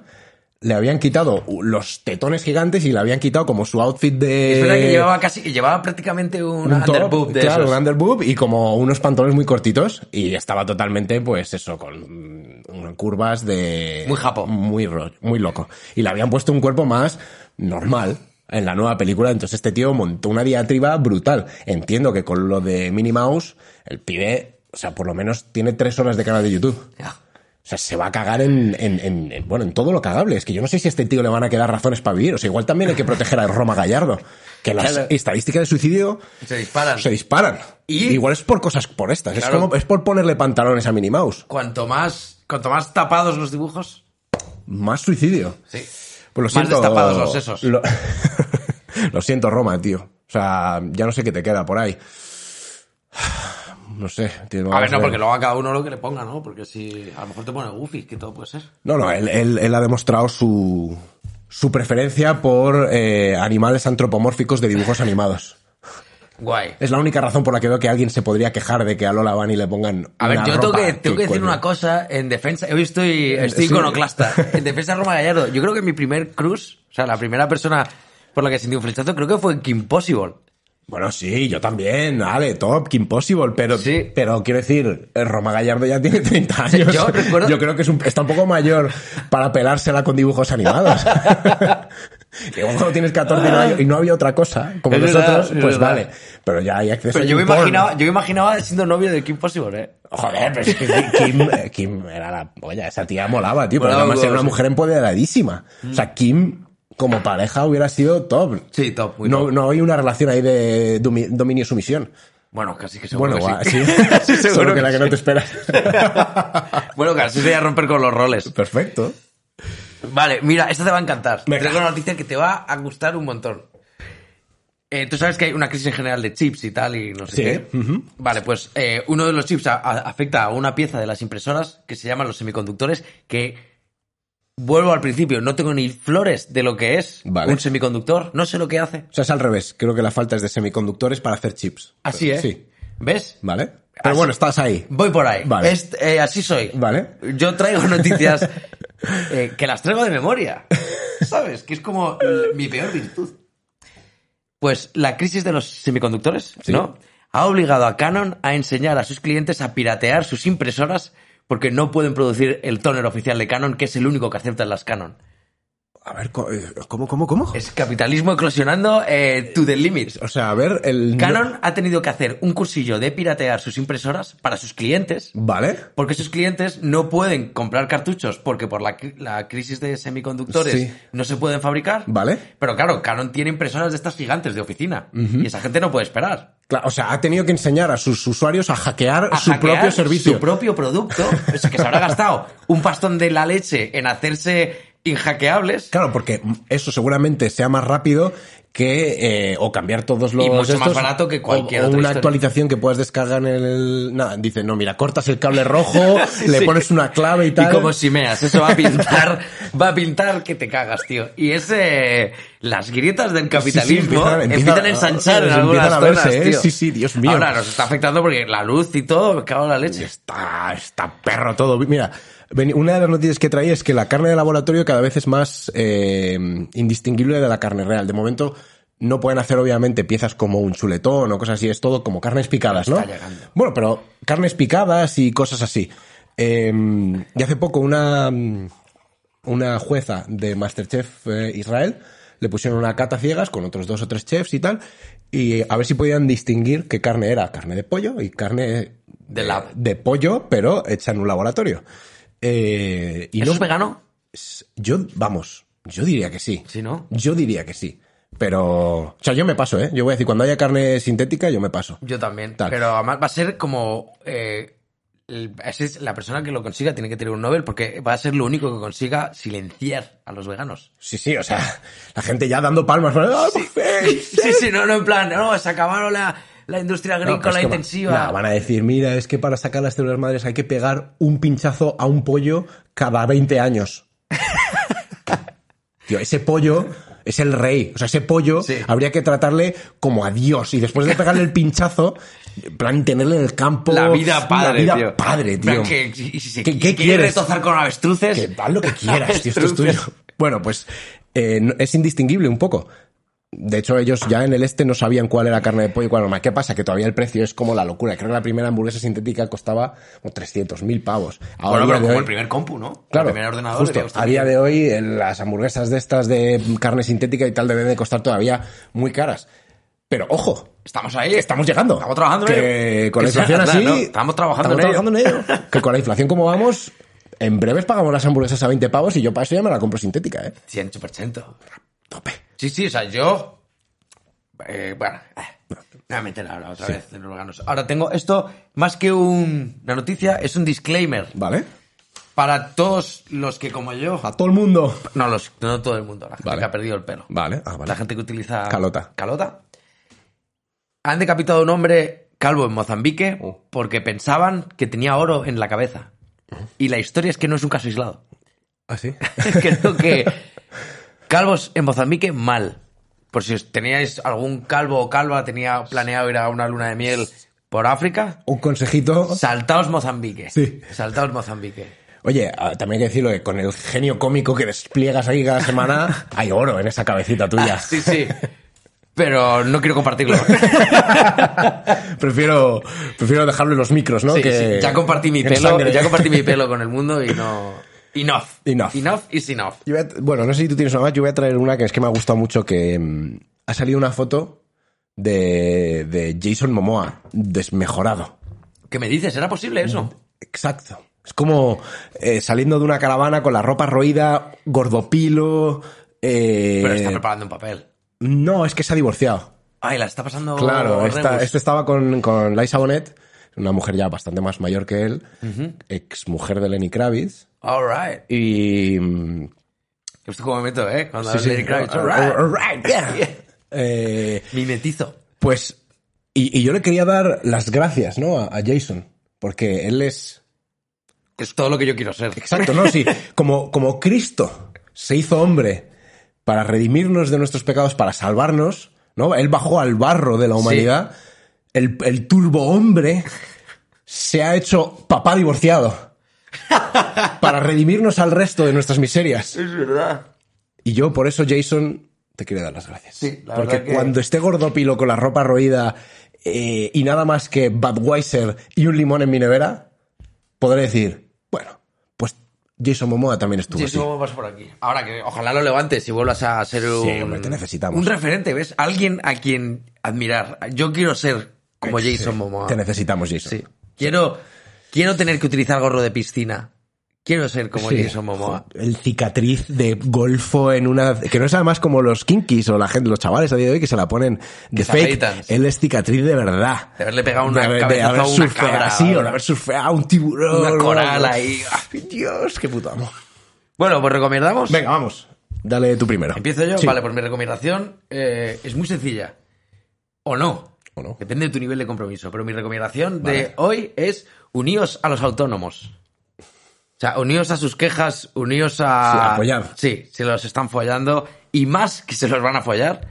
[SPEAKER 1] le habían quitado los tetones gigantes y le habían quitado como su outfit de...
[SPEAKER 2] Es verdad que llevaba casi. Llevaba prácticamente un,
[SPEAKER 1] Eh, un top,
[SPEAKER 2] underboob de
[SPEAKER 1] claro,
[SPEAKER 2] esos.
[SPEAKER 1] un underboob y como unos pantalones muy cortitos y estaba totalmente, pues eso, con mm, curvas de...
[SPEAKER 2] Muy japo.
[SPEAKER 1] Muy, ro- muy loco. Y le habían puesto un cuerpo más normal en la nueva película, entonces este tío montó una diatriba brutal. Entiendo que con lo de Minnie Mouse, el pibe, o sea, por lo menos tiene tres horas de canal de YouTube.
[SPEAKER 2] Ya.
[SPEAKER 1] O sea, se va a cagar en, en- en- en- bueno, en todo lo cagable. Es que yo no sé si a este tío le van a quedar razones para vivir. O sea, igual también hay que proteger a Roma Gallardo. Que las
[SPEAKER 2] Claro.
[SPEAKER 1] estadísticas de suicidio
[SPEAKER 2] Se disparan.
[SPEAKER 1] se disparan.
[SPEAKER 2] Y-
[SPEAKER 1] Igual es por cosas por estas.
[SPEAKER 2] Claro.
[SPEAKER 1] Es, como, es por ponerle pantalones a Minnie Mouse.
[SPEAKER 2] Cuanto más. Cuanto más tapados los dibujos.
[SPEAKER 1] Más suicidio.
[SPEAKER 2] Sí.
[SPEAKER 1] Pues lo
[SPEAKER 2] Más
[SPEAKER 1] siento,
[SPEAKER 2] destapados los sesos.
[SPEAKER 1] Lo, lo siento, Roma, tío. O sea, ya no sé qué te queda por ahí. No sé. tío,
[SPEAKER 2] A
[SPEAKER 1] vamos
[SPEAKER 2] ver, no,
[SPEAKER 1] ver.
[SPEAKER 2] porque luego a cada uno lo que le ponga, ¿no? Porque si a lo mejor te pone Goofy, que todo puede ser.
[SPEAKER 1] No, no, él, él- él ha demostrado su, su preferencia por eh, animales antropomórficos de dibujos animados.
[SPEAKER 2] Guay.
[SPEAKER 1] Es la única razón por la que veo que alguien se podría quejar de que a Lola Bunny le pongan.
[SPEAKER 2] A ver,
[SPEAKER 1] una
[SPEAKER 2] yo tengo
[SPEAKER 1] ropa
[SPEAKER 2] que, tengo que decir
[SPEAKER 1] cuelgue.
[SPEAKER 2] una cosa en defensa. Hoy estoy, estoy
[SPEAKER 1] sí.
[SPEAKER 2] iconoclasta. En defensa de Roma Gallardo. Yo creo que mi primer cruz, o sea, la primera persona por la que sentí un flechazo, creo que fue en Kim Possible.
[SPEAKER 1] Bueno, sí, yo también. Ale, top, que impossible. Pero,
[SPEAKER 2] Sí.
[SPEAKER 1] pero quiero decir, eh, Roma Gallardo ya tiene 30
[SPEAKER 2] Sí, yo
[SPEAKER 1] años.
[SPEAKER 2] recuerdo-
[SPEAKER 1] Yo creo que es un- está un poco mayor para pelársela con dibujos animados. Igual cuando tienes 14 y no, hay- y no había otra cosa, como
[SPEAKER 2] Es verdad,
[SPEAKER 1] nosotros,
[SPEAKER 2] es
[SPEAKER 1] pues
[SPEAKER 2] verdad.
[SPEAKER 1] vale. Pero ya hay acceso
[SPEAKER 2] Pero
[SPEAKER 1] a
[SPEAKER 2] yo me
[SPEAKER 1] YouPorn.
[SPEAKER 2] imaginaba, yo me imaginaba siendo novio de Kim Possible, ¿eh?
[SPEAKER 1] Joder, pero es que Kim, eh, Kim era la polla. Esa tía molaba, tío. Pero
[SPEAKER 2] Molaba
[SPEAKER 1] además
[SPEAKER 2] un
[SPEAKER 1] era una
[SPEAKER 2] huevo, sí.
[SPEAKER 1] mujer empoderadísima. O sea, Kim como pareja hubiera sido top.
[SPEAKER 2] Sí, top, muy
[SPEAKER 1] No,
[SPEAKER 2] top.
[SPEAKER 1] no hay una relación ahí de domi- dominio-sumisión.
[SPEAKER 2] Bueno, casi que seguro
[SPEAKER 1] Bueno,
[SPEAKER 2] que
[SPEAKER 1] guau,
[SPEAKER 2] sí.
[SPEAKER 1] sí.
[SPEAKER 2] Sí, seguro
[SPEAKER 1] Solo que,
[SPEAKER 2] que
[SPEAKER 1] la que no te esperas.
[SPEAKER 2] Bueno, casi voy a romper con los roles.
[SPEAKER 1] Perfecto.
[SPEAKER 2] Vale, mira, esta te va a encantar.
[SPEAKER 1] Venga.
[SPEAKER 2] Traigo una noticia que te va a gustar un montón. Eh, Tú sabes que hay una crisis en general de chips y tal y no sé
[SPEAKER 1] Sí,
[SPEAKER 2] qué. Vale, pues eh, uno de los chips a- a- afecta a una pieza de las impresoras que se llaman los semiconductores que, vuelvo al principio, no tengo ni flores de lo que es
[SPEAKER 1] Vale.
[SPEAKER 2] un semiconductor, no sé lo que hace.
[SPEAKER 1] O sea, es al revés. Creo que la falta es de semiconductores para hacer chips.
[SPEAKER 2] Así es.
[SPEAKER 1] Sí.
[SPEAKER 2] ¿Ves?
[SPEAKER 1] ¿Vale? Pero
[SPEAKER 2] Así-
[SPEAKER 1] bueno, estás ahí.
[SPEAKER 2] Voy por ahí.
[SPEAKER 1] Vale.
[SPEAKER 2] Est- eh, así soy.
[SPEAKER 1] Vale.
[SPEAKER 2] Yo traigo noticias eh, que las traigo de memoria. ¿Sabes? Que es como l- mi peor virtud. Pues la crisis de los semiconductores, ¿no? Ha obligado a Canon a enseñar a sus clientes a piratear sus impresoras porque no pueden producir el tóner oficial de Canon, que es el único que aceptan las Canon.
[SPEAKER 1] A ver, co- eh, ¿cómo, cómo, cómo?
[SPEAKER 2] Es capitalismo eclosionando eh, to the limit.
[SPEAKER 1] O sea, a ver, el...
[SPEAKER 2] Canon ha tenido que hacer un cursillo de piratear sus impresoras para sus clientes.
[SPEAKER 1] Vale.
[SPEAKER 2] Porque sus clientes no pueden comprar cartuchos porque por la, cri- la crisis de semiconductores
[SPEAKER 1] Sí.
[SPEAKER 2] no se pueden fabricar.
[SPEAKER 1] Vale.
[SPEAKER 2] Pero claro, Canon tiene impresoras de estas gigantes de oficina. Y esa gente no puede esperar.
[SPEAKER 1] Claro, o sea, ha tenido que enseñar a sus usuarios a hackear
[SPEAKER 2] A
[SPEAKER 1] su
[SPEAKER 2] hackear
[SPEAKER 1] propio servicio.
[SPEAKER 2] Su propio producto. O sea, que se habrá gastado un pastón de la leche en hacerse inhackeables.
[SPEAKER 1] Claro, porque eso seguramente sea más rápido que eh, o cambiar todos los
[SPEAKER 2] Y mucho más
[SPEAKER 1] estos,
[SPEAKER 2] barato que
[SPEAKER 1] o-
[SPEAKER 2] cualquier
[SPEAKER 1] o
[SPEAKER 2] otra
[SPEAKER 1] una
[SPEAKER 2] historia.
[SPEAKER 1] actualización que puedas descargar en el nada, dice, "No, mira, cortas el cable rojo, le
[SPEAKER 2] sí.
[SPEAKER 1] pones una clave y
[SPEAKER 2] Y
[SPEAKER 1] tal."
[SPEAKER 2] como si meas, eso va a pintar, va a pintar que te cagas, tío. Y ese, las grietas del capitalismo
[SPEAKER 1] empiezan-
[SPEAKER 2] empiezan,
[SPEAKER 1] empiezan
[SPEAKER 2] a
[SPEAKER 1] a-
[SPEAKER 2] ensanchar en
[SPEAKER 1] empiezan
[SPEAKER 2] algunas
[SPEAKER 1] a verse,
[SPEAKER 2] zonas,
[SPEAKER 1] ¿eh?
[SPEAKER 2] tío.
[SPEAKER 1] Sí, sí, Dios mío.
[SPEAKER 2] Ahora nos está afectando porque la luz y todo, me cago en la leche.
[SPEAKER 1] está está perro todo. Mira, ven- una de las noticias que traía es que la carne de laboratorio cada vez es más eh, indistinguible de la carne real. De momento no pueden hacer obviamente piezas como un chuletón o cosas así, es todo como carnes picadas, ¿no?
[SPEAKER 2] Está llegando.
[SPEAKER 1] Bueno, pero carnes picadas y cosas así. Eh, y hace poco una, mm, una jueza de Masterchef eh, Israel le pusieron una cata ciegas con otros dos o tres chefs y tal, y a ver si podían distinguir qué carne era, carne de pollo y carne
[SPEAKER 2] De lab.
[SPEAKER 1] de pollo, pero hecha en un laboratorio. Eh, y
[SPEAKER 2] ¿Eso
[SPEAKER 1] no,
[SPEAKER 2] es vegano?
[SPEAKER 1] yo, vamos, yo diría que sí.
[SPEAKER 2] Sí, ¿no?
[SPEAKER 1] Yo diría que sí. Pero, o sea, yo me paso, ¿eh? Yo voy a decir, cuando haya carne sintética, yo me paso.
[SPEAKER 2] Yo también.
[SPEAKER 1] Tal.
[SPEAKER 2] Pero además va a ser como... eh, el- ese es- la persona que lo consiga tiene que tener un Nobel porque va a ser lo único que consiga silenciar a los veganos.
[SPEAKER 1] Sí, sí, o sea, la gente ya dando palmas. ¡Ah, por fin!
[SPEAKER 2] Sí, sí, no, no, en plan, no, se acabaron la, la industria
[SPEAKER 1] No,
[SPEAKER 2] agrícola
[SPEAKER 1] es que va-
[SPEAKER 2] intensiva.
[SPEAKER 1] nah, van a decir, mira, es que para sacar las células madres hay que pegar un pinchazo a un pollo cada 20 años. Tío, ese pollo es el rey. O sea, ese pollo
[SPEAKER 2] Sí.
[SPEAKER 1] habría que tratarle como a Dios. Y después de pegarle el pinchazo, en plan, tenerle en el campo.
[SPEAKER 2] La vida padre,
[SPEAKER 1] La vida
[SPEAKER 2] tío.
[SPEAKER 1] padre,
[SPEAKER 2] En plan,
[SPEAKER 1] tío.
[SPEAKER 2] que- y si se-
[SPEAKER 1] ¿Qué-
[SPEAKER 2] si
[SPEAKER 1] qué
[SPEAKER 2] quiere
[SPEAKER 1] quieres?
[SPEAKER 2] retozar con avestruces.
[SPEAKER 1] Que haz lo que quieras, tío, esto es tuyo. Bueno, pues eh, no- es indistinguible un poco. De hecho, ellos ya en el este no sabían cuál era carne de pollo y cuál era normal. ¿Qué pasa? Que todavía el precio es como la locura. Creo que la primera hamburguesa sintética costaba como 300.000 pavos.
[SPEAKER 2] Bueno,
[SPEAKER 1] a
[SPEAKER 2] pero
[SPEAKER 1] día de
[SPEAKER 2] como
[SPEAKER 1] hoy-
[SPEAKER 2] el primer compu, ¿no?
[SPEAKER 1] Claro,
[SPEAKER 2] el primer ordenador.
[SPEAKER 1] justo,
[SPEAKER 2] diría usted.
[SPEAKER 1] a día de hoy eh, las hamburguesas de estas de carne sintética y tal deben de costar todavía muy caras. Pero ojo,
[SPEAKER 2] Estamos ahí.
[SPEAKER 1] estamos llegando.
[SPEAKER 2] Estamos trabajando en
[SPEAKER 1] que
[SPEAKER 2] ello.
[SPEAKER 1] con la
[SPEAKER 2] Que sea
[SPEAKER 1] inflación
[SPEAKER 2] verdad,
[SPEAKER 1] así.
[SPEAKER 2] ¿no? Estamos trabajando
[SPEAKER 1] estamos
[SPEAKER 2] en ello.
[SPEAKER 1] trabajando en ello. Que con la inflación como vamos, en breves pagamos las hamburguesas a 20 pavos y yo para eso ya me la compro sintética, ¿eh?
[SPEAKER 2] 100%.
[SPEAKER 1] Tope.
[SPEAKER 2] Sí, sí, o sea, yo... eh, bueno, eh, me voy a meter ahora otra vez en órganos. Ahora tengo esto, más que un, una noticia, es un disclaimer
[SPEAKER 1] Vale.
[SPEAKER 2] para todos los que, como yo...
[SPEAKER 1] A todo el mundo.
[SPEAKER 2] No, los, no todo el mundo, la gente
[SPEAKER 1] Vale.
[SPEAKER 2] que ha perdido el pelo.
[SPEAKER 1] Vale. Ah, vale.
[SPEAKER 2] La gente que utiliza.
[SPEAKER 1] Calota.
[SPEAKER 2] Calota. Han decapitado a un hombre calvo en Mozambique
[SPEAKER 1] Uh.
[SPEAKER 2] porque pensaban que tenía oro en la cabeza. Y la historia es que no es un caso aislado.
[SPEAKER 1] ¿Ah, sí?
[SPEAKER 2] Creo que calvos en Mozambique mal. Por si os teníais algún calvo o calva, tenía planeado ir a una luna de miel por África,
[SPEAKER 1] Un consejito.
[SPEAKER 2] saltaos Mozambique.
[SPEAKER 1] Sí.
[SPEAKER 2] Saltaos Mozambique.
[SPEAKER 1] Oye, ah, también hay que decirlo que con el genio cómico que despliegas ahí cada semana, hay oro en esa cabecita tuya.
[SPEAKER 2] Sí, sí. Pero no quiero compartirlo.
[SPEAKER 1] Prefiero, prefiero dejarlo en los micros, ¿no?
[SPEAKER 2] Sí,
[SPEAKER 1] que
[SPEAKER 2] sí, Ya compartí mi
[SPEAKER 1] en
[SPEAKER 2] pelo,
[SPEAKER 1] sangre.
[SPEAKER 2] ya compartí mi pelo con el mundo y no. Enough.
[SPEAKER 1] Enough.
[SPEAKER 2] Enough is enough.
[SPEAKER 1] Yo voy a- bueno, no sé si tú tienes una más, yo voy a traer una que es que me ha gustado mucho, que mm, ha salido una foto de, de Jason Momoa, desmejorado.
[SPEAKER 2] ¿Qué me dices? ¿Era posible eso?
[SPEAKER 1] Exacto. Es como eh, saliendo de una caravana con la ropa roída, gordopilo... eh,
[SPEAKER 2] Pero está preparando un papel.
[SPEAKER 1] no, es que se ha divorciado.
[SPEAKER 2] Ay, la está pasando.
[SPEAKER 1] Claro, esta-
[SPEAKER 2] Oh, Remus.
[SPEAKER 1] este estaba con, con Liza Bonet, una mujer ya bastante más mayor que él, ex mujer de Lenny Kravitz,
[SPEAKER 2] All right.
[SPEAKER 1] y... mm,
[SPEAKER 2] Esto como me meto, ¿eh? Cuando
[SPEAKER 1] sí, sí,
[SPEAKER 2] Lady Kravitz, all right.
[SPEAKER 1] all right, yeah. Eh,
[SPEAKER 2] Mimetizo.
[SPEAKER 1] Pues, y, y yo le quería dar las gracias, ¿no? A, a Jason, porque él es...
[SPEAKER 2] Es todo lo que yo quiero ser.
[SPEAKER 1] Exacto, ¿no? Sí, como, como Cristo se hizo hombre para redimirnos de nuestros pecados, para salvarnos, ¿no? Él bajó al barro de la humanidad, el, el turbo hombre se ha hecho papá divorciado para redimirnos al resto de nuestras miserias.
[SPEAKER 2] Es verdad.
[SPEAKER 1] Y yo por eso, Jason, te quiero dar las gracias.
[SPEAKER 2] Sí, la
[SPEAKER 1] Porque
[SPEAKER 2] verdad que-
[SPEAKER 1] cuando esté gordopilo con la ropa roída eh, y nada más que Budweiser y un limón en mi nevera, podré decir, bueno, pues Jason Momoa también estuvo.
[SPEAKER 2] Sí, eso pasa por aquí. Ahora que ojalá lo levantes y vuelvas a ser un,
[SPEAKER 1] hombre, te necesitamos.
[SPEAKER 2] un referente, ¿ves? Alguien a quien admirar. Yo quiero ser como
[SPEAKER 1] Sí.
[SPEAKER 2] Jason Momoa.
[SPEAKER 1] Te necesitamos, Jason.
[SPEAKER 2] Sí. Quiero, quiero tener que utilizar gorro de piscina. Quiero ser como
[SPEAKER 1] Sí.
[SPEAKER 2] Jason Momoa.
[SPEAKER 1] El cicatriz de golfo en una. Que no es además como los kinkis o la gente, los chavales a día de hoy que se la ponen de
[SPEAKER 2] se
[SPEAKER 1] fake.
[SPEAKER 2] afeitan, sí.
[SPEAKER 1] Él es cicatriz de verdad.
[SPEAKER 2] De haberle pegado una
[SPEAKER 1] De haber- de
[SPEAKER 2] cabezazo
[SPEAKER 1] haber
[SPEAKER 2] a una
[SPEAKER 1] surfeado,
[SPEAKER 2] cabra,
[SPEAKER 1] sí, o de
[SPEAKER 2] ¿no?
[SPEAKER 1] haber surfeado un tiburón.
[SPEAKER 2] Una
[SPEAKER 1] o algo.
[SPEAKER 2] coral ahí.
[SPEAKER 1] Ay, Dios, qué puto amor.
[SPEAKER 2] Bueno, pues recomendamos.
[SPEAKER 1] Venga, vamos. Dale tú primero.
[SPEAKER 2] ¿Empiezo yo?
[SPEAKER 1] Sí.
[SPEAKER 2] Vale, pues mi recomendación eh, es muy sencilla. O no.
[SPEAKER 1] ¿O no?
[SPEAKER 2] Depende de tu nivel de compromiso. Pero mi recomendación
[SPEAKER 1] Vale.
[SPEAKER 2] de hoy es uníos a los autónomos. O sea, uníos a sus quejas, uníos a...
[SPEAKER 1] Sí, apoyar.
[SPEAKER 2] Sí, se los están follando y más que se los van a follar.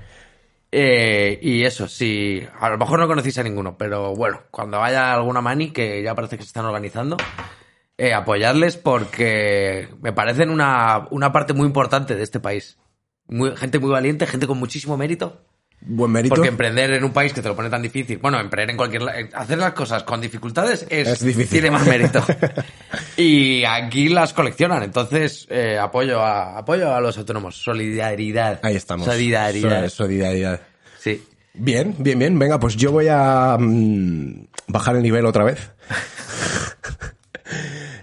[SPEAKER 2] Eh, y eso, sí, a lo mejor no conocéis a ninguno, pero bueno, cuando haya alguna mani que ya parece que se están organizando, eh, apoyarles porque me parecen una, una parte muy importante de este país. Muy- gente muy valiente, gente con muchísimo mérito.
[SPEAKER 1] Buen mérito.
[SPEAKER 2] Porque emprender en un país que te lo pone tan difícil, bueno, emprender en cualquier... la- en hacer las cosas con dificultades es,
[SPEAKER 1] Es difícil.
[SPEAKER 2] tiene más mérito. y aquí las coleccionan, entonces eh, apoyo, a, apoyo a los autónomos. Solidaridad.
[SPEAKER 1] Ahí estamos.
[SPEAKER 2] Solidaridad.
[SPEAKER 1] Sol- Solidaridad.
[SPEAKER 2] Sí.
[SPEAKER 1] Bien, bien, bien. Venga, pues yo voy a mm, bajar el nivel otra vez.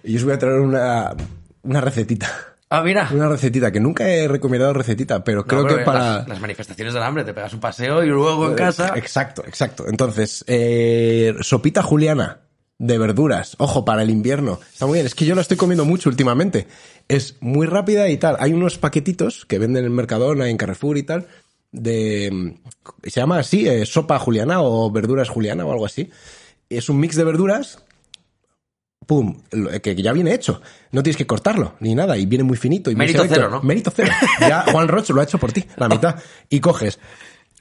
[SPEAKER 1] y os voy a traer una, una recetita.
[SPEAKER 2] Ah, mira.
[SPEAKER 1] Una recetita que nunca he recomendado recetita, pero creo
[SPEAKER 2] No,
[SPEAKER 1] que
[SPEAKER 2] pero
[SPEAKER 1] para... Eh,
[SPEAKER 2] las, las manifestaciones del hambre, te pegas un paseo y luego en casa.
[SPEAKER 1] Exacto, exacto. Entonces, eh, sopita juliana de verduras. Ojo, para el invierno. Está muy bien. Es que yo la estoy comiendo mucho últimamente. Es muy rápida y tal. Hay unos paquetitos que venden en Mercadona, en Carrefour y tal. De, se llama así, eh, sopa juliana o verduras juliana o algo así. Es un mix de verduras pum, lo- eh, que que ya viene hecho. No tienes que cortarlo ni nada y viene muy finito. Y muy
[SPEAKER 2] Mérito
[SPEAKER 1] selecto.
[SPEAKER 2] cero, ¿no?
[SPEAKER 1] Mérito cero. Ya Juan Rocho lo ha hecho por ti, la mitad. Y coges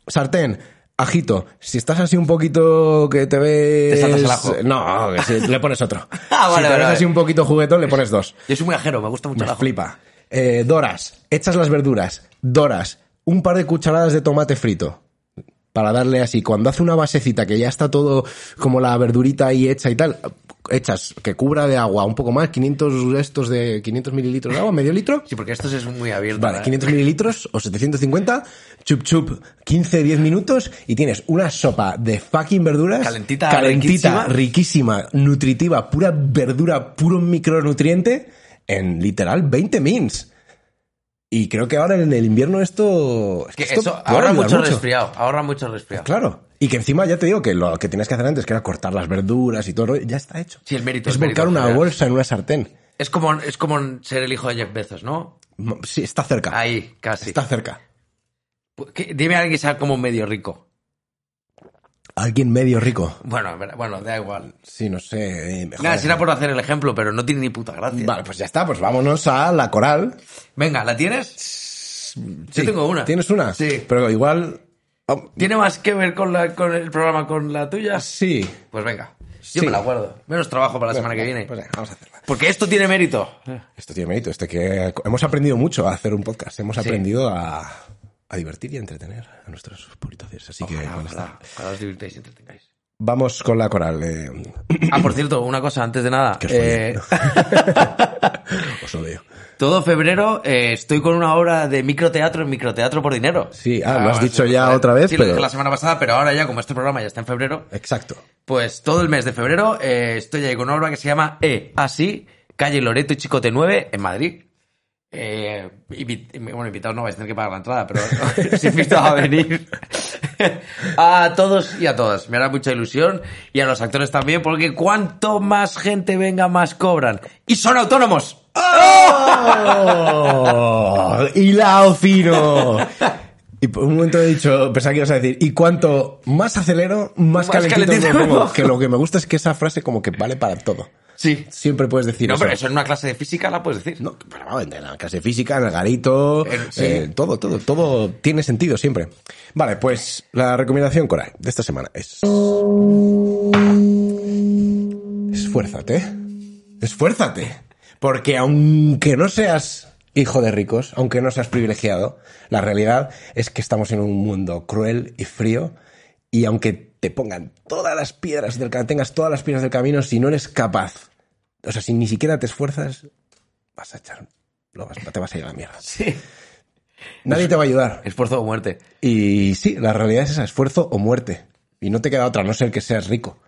[SPEAKER 1] sartén, ajito. Si estás así un poquito que te ves...
[SPEAKER 2] Te saltas el ajo.
[SPEAKER 1] No, que si- le pones otro.
[SPEAKER 2] Ah,
[SPEAKER 1] si
[SPEAKER 2] vale,
[SPEAKER 1] te
[SPEAKER 2] vale,
[SPEAKER 1] ves
[SPEAKER 2] vale.
[SPEAKER 1] así un poquito juguetón, le pones dos.
[SPEAKER 2] Yo soy muy ajero, me gusta mucho
[SPEAKER 1] Me
[SPEAKER 2] el ajo.
[SPEAKER 1] flipa. Eh, doras, echas las verduras, doras, un par de cucharadas de tomate frito. Para darle así, cuando hace una basecita que ya está todo como la verdurita ahí hecha y tal, echas que cubra de agua un poco más, 500 estos de 500 mililitros de agua, medio litro.
[SPEAKER 2] Sí, porque esto es muy abierto.
[SPEAKER 1] Vale,
[SPEAKER 2] ¿eh?
[SPEAKER 1] 500 mililitros o 750, chup chup, 15, 10 minutos y tienes una sopa de fucking verduras.
[SPEAKER 2] Calentita,
[SPEAKER 1] calentita, riquísima, nutritiva, pura verdura, puro micronutriente en literal 20 mins. Y creo que ahora en el invierno esto. es
[SPEAKER 2] Que
[SPEAKER 1] que esto
[SPEAKER 2] eso
[SPEAKER 1] puede
[SPEAKER 2] ahorra
[SPEAKER 1] ayudar
[SPEAKER 2] mucho, resfriado, ahorra mucho resfriado.
[SPEAKER 1] Claro. Y que encima ya te digo que lo que tienes que hacer antes, que era cortar las verduras y todo, el rollo, ya está hecho.
[SPEAKER 2] Sí, el mérito,
[SPEAKER 1] Es
[SPEAKER 2] el mérito,
[SPEAKER 1] volcar una
[SPEAKER 2] claro.
[SPEAKER 1] bolsa en una sartén.
[SPEAKER 2] Es como, es como ser el hijo de Jeff Bezos, ¿no?
[SPEAKER 1] No, Sí, está cerca.
[SPEAKER 2] Ahí, casi.
[SPEAKER 1] Está cerca.
[SPEAKER 2] ¿Qué- Dime a alguien que sea como medio rico.
[SPEAKER 1] Alguien medio rico.
[SPEAKER 2] Bueno, ver- bueno, da igual.
[SPEAKER 1] Sí, no sé. eh, mejor.
[SPEAKER 2] Nada, si era por hacer el ejemplo, pero no tiene ni puta gracia.
[SPEAKER 1] Vale, pues ya está, pues vámonos a la coral.
[SPEAKER 2] Venga, ¿la tienes? Yo tengo una.
[SPEAKER 1] ¿Tienes una?
[SPEAKER 2] Sí.
[SPEAKER 1] Pero igual. oh, ah,
[SPEAKER 2] ¿Tiene más que ver con, la- con el programa con la tuya?
[SPEAKER 1] sí.
[SPEAKER 2] Pues venga, yo
[SPEAKER 1] Sí.
[SPEAKER 2] me la guardo. Menos trabajo para la semana que viene.
[SPEAKER 1] Pues venga, Eh. vamos a hacerla.
[SPEAKER 2] Porque esto tiene mérito.
[SPEAKER 1] Esto tiene mérito, este que hemos aprendido mucho a hacer un podcast. Hemos aprendido a, a divertir y a entretener a nuestros puritantes. Así que con esta-
[SPEAKER 2] Ojalá, Ah, ojalá os divirtáis y entretengáis.
[SPEAKER 1] vamos con la coral. eh,
[SPEAKER 2] Ah, por cierto, una cosa antes de nada.
[SPEAKER 1] Que os
[SPEAKER 2] Eh,
[SPEAKER 1] os odio.
[SPEAKER 2] todo febrero eh, estoy con una obra de microteatro en microteatro por dinero.
[SPEAKER 1] Sí, ah, lo has
[SPEAKER 2] sí,
[SPEAKER 1] dicho
[SPEAKER 2] sí,
[SPEAKER 1] ya
[SPEAKER 2] joder.
[SPEAKER 1] otra vez,
[SPEAKER 2] Sí, lo
[SPEAKER 1] pero-
[SPEAKER 2] dije la semana pasada, pero ahora ya, como este programa ya está en febrero,
[SPEAKER 1] Exacto.
[SPEAKER 2] Pues todo el mes de febrero eh, estoy ahí con una obra que se llama E, así, calle Loreto y Chicote 9 en Madrid. Eh, invi- bueno, invitados no vais a tener que pagar la entrada, pero os invito a venir. a todos y a todas. Me hará mucha ilusión y a los actores también, porque cuanto más gente venga, más cobran. Y son autónomos.
[SPEAKER 1] ¡Oh! ¡Hilao fino! Y por un momento he dicho, pensaba que ibas a decir, y cuanto más acelero, más,
[SPEAKER 2] Más
[SPEAKER 1] calentito,
[SPEAKER 2] calentito
[SPEAKER 1] me
[SPEAKER 2] me
[SPEAKER 1] pongo.
[SPEAKER 2] pongo.
[SPEAKER 1] Que lo que me gusta es que esa frase como que vale para todo.
[SPEAKER 2] Sí.
[SPEAKER 1] Siempre puedes decir
[SPEAKER 2] No,
[SPEAKER 1] eso.
[SPEAKER 2] pero eso en una clase de física la puedes decir.
[SPEAKER 1] No, pero vamos, en la clase física, en el garito,
[SPEAKER 2] Eh, sí.
[SPEAKER 1] eh, todo, todo, todo tiene sentido siempre. Vale, pues la recomendación coral de esta semana es... Esfuérzate. Esfuérzate. Porque aunque no seas hijo de ricos, aunque no seas privilegiado, la realidad es que estamos en un mundo cruel y frío y aunque te pongan todas las piedras del ca- tengas todas las piedras del camino, si no eres capaz, o sea, si ni siquiera te esfuerzas, vas a echar. lo vas- te vas a ir a la mierda.
[SPEAKER 2] Sí.
[SPEAKER 1] Nadie te va a ayudar.
[SPEAKER 2] Esfuerzo o muerte.
[SPEAKER 1] Y sí, la realidad es esa, esfuerzo o muerte. Y no te queda otra, a no ser que seas rico.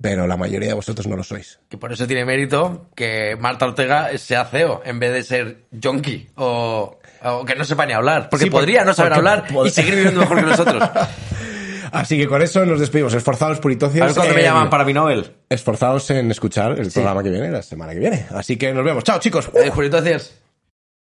[SPEAKER 1] Pero la mayoría de vosotros no lo sois.
[SPEAKER 2] Que por eso tiene mérito que Marta Ortega sea CEO en vez de ser yonki o, o que no sepa ni hablar. Porque
[SPEAKER 1] Sí, porque-
[SPEAKER 2] podría no saber
[SPEAKER 1] porque
[SPEAKER 2] hablar
[SPEAKER 1] pod-
[SPEAKER 2] y seguir viviendo mejor que nosotros. A
[SPEAKER 1] Así que con eso nos despedimos. Esforzados puritocios.
[SPEAKER 2] ver cuándo me
[SPEAKER 1] en-
[SPEAKER 2] llaman para mi Nobel.
[SPEAKER 1] Esforzados en escuchar el programa que viene, la semana que viene. Así que nos vemos. Chao, chicos.
[SPEAKER 2] Eh, Julio, entonces.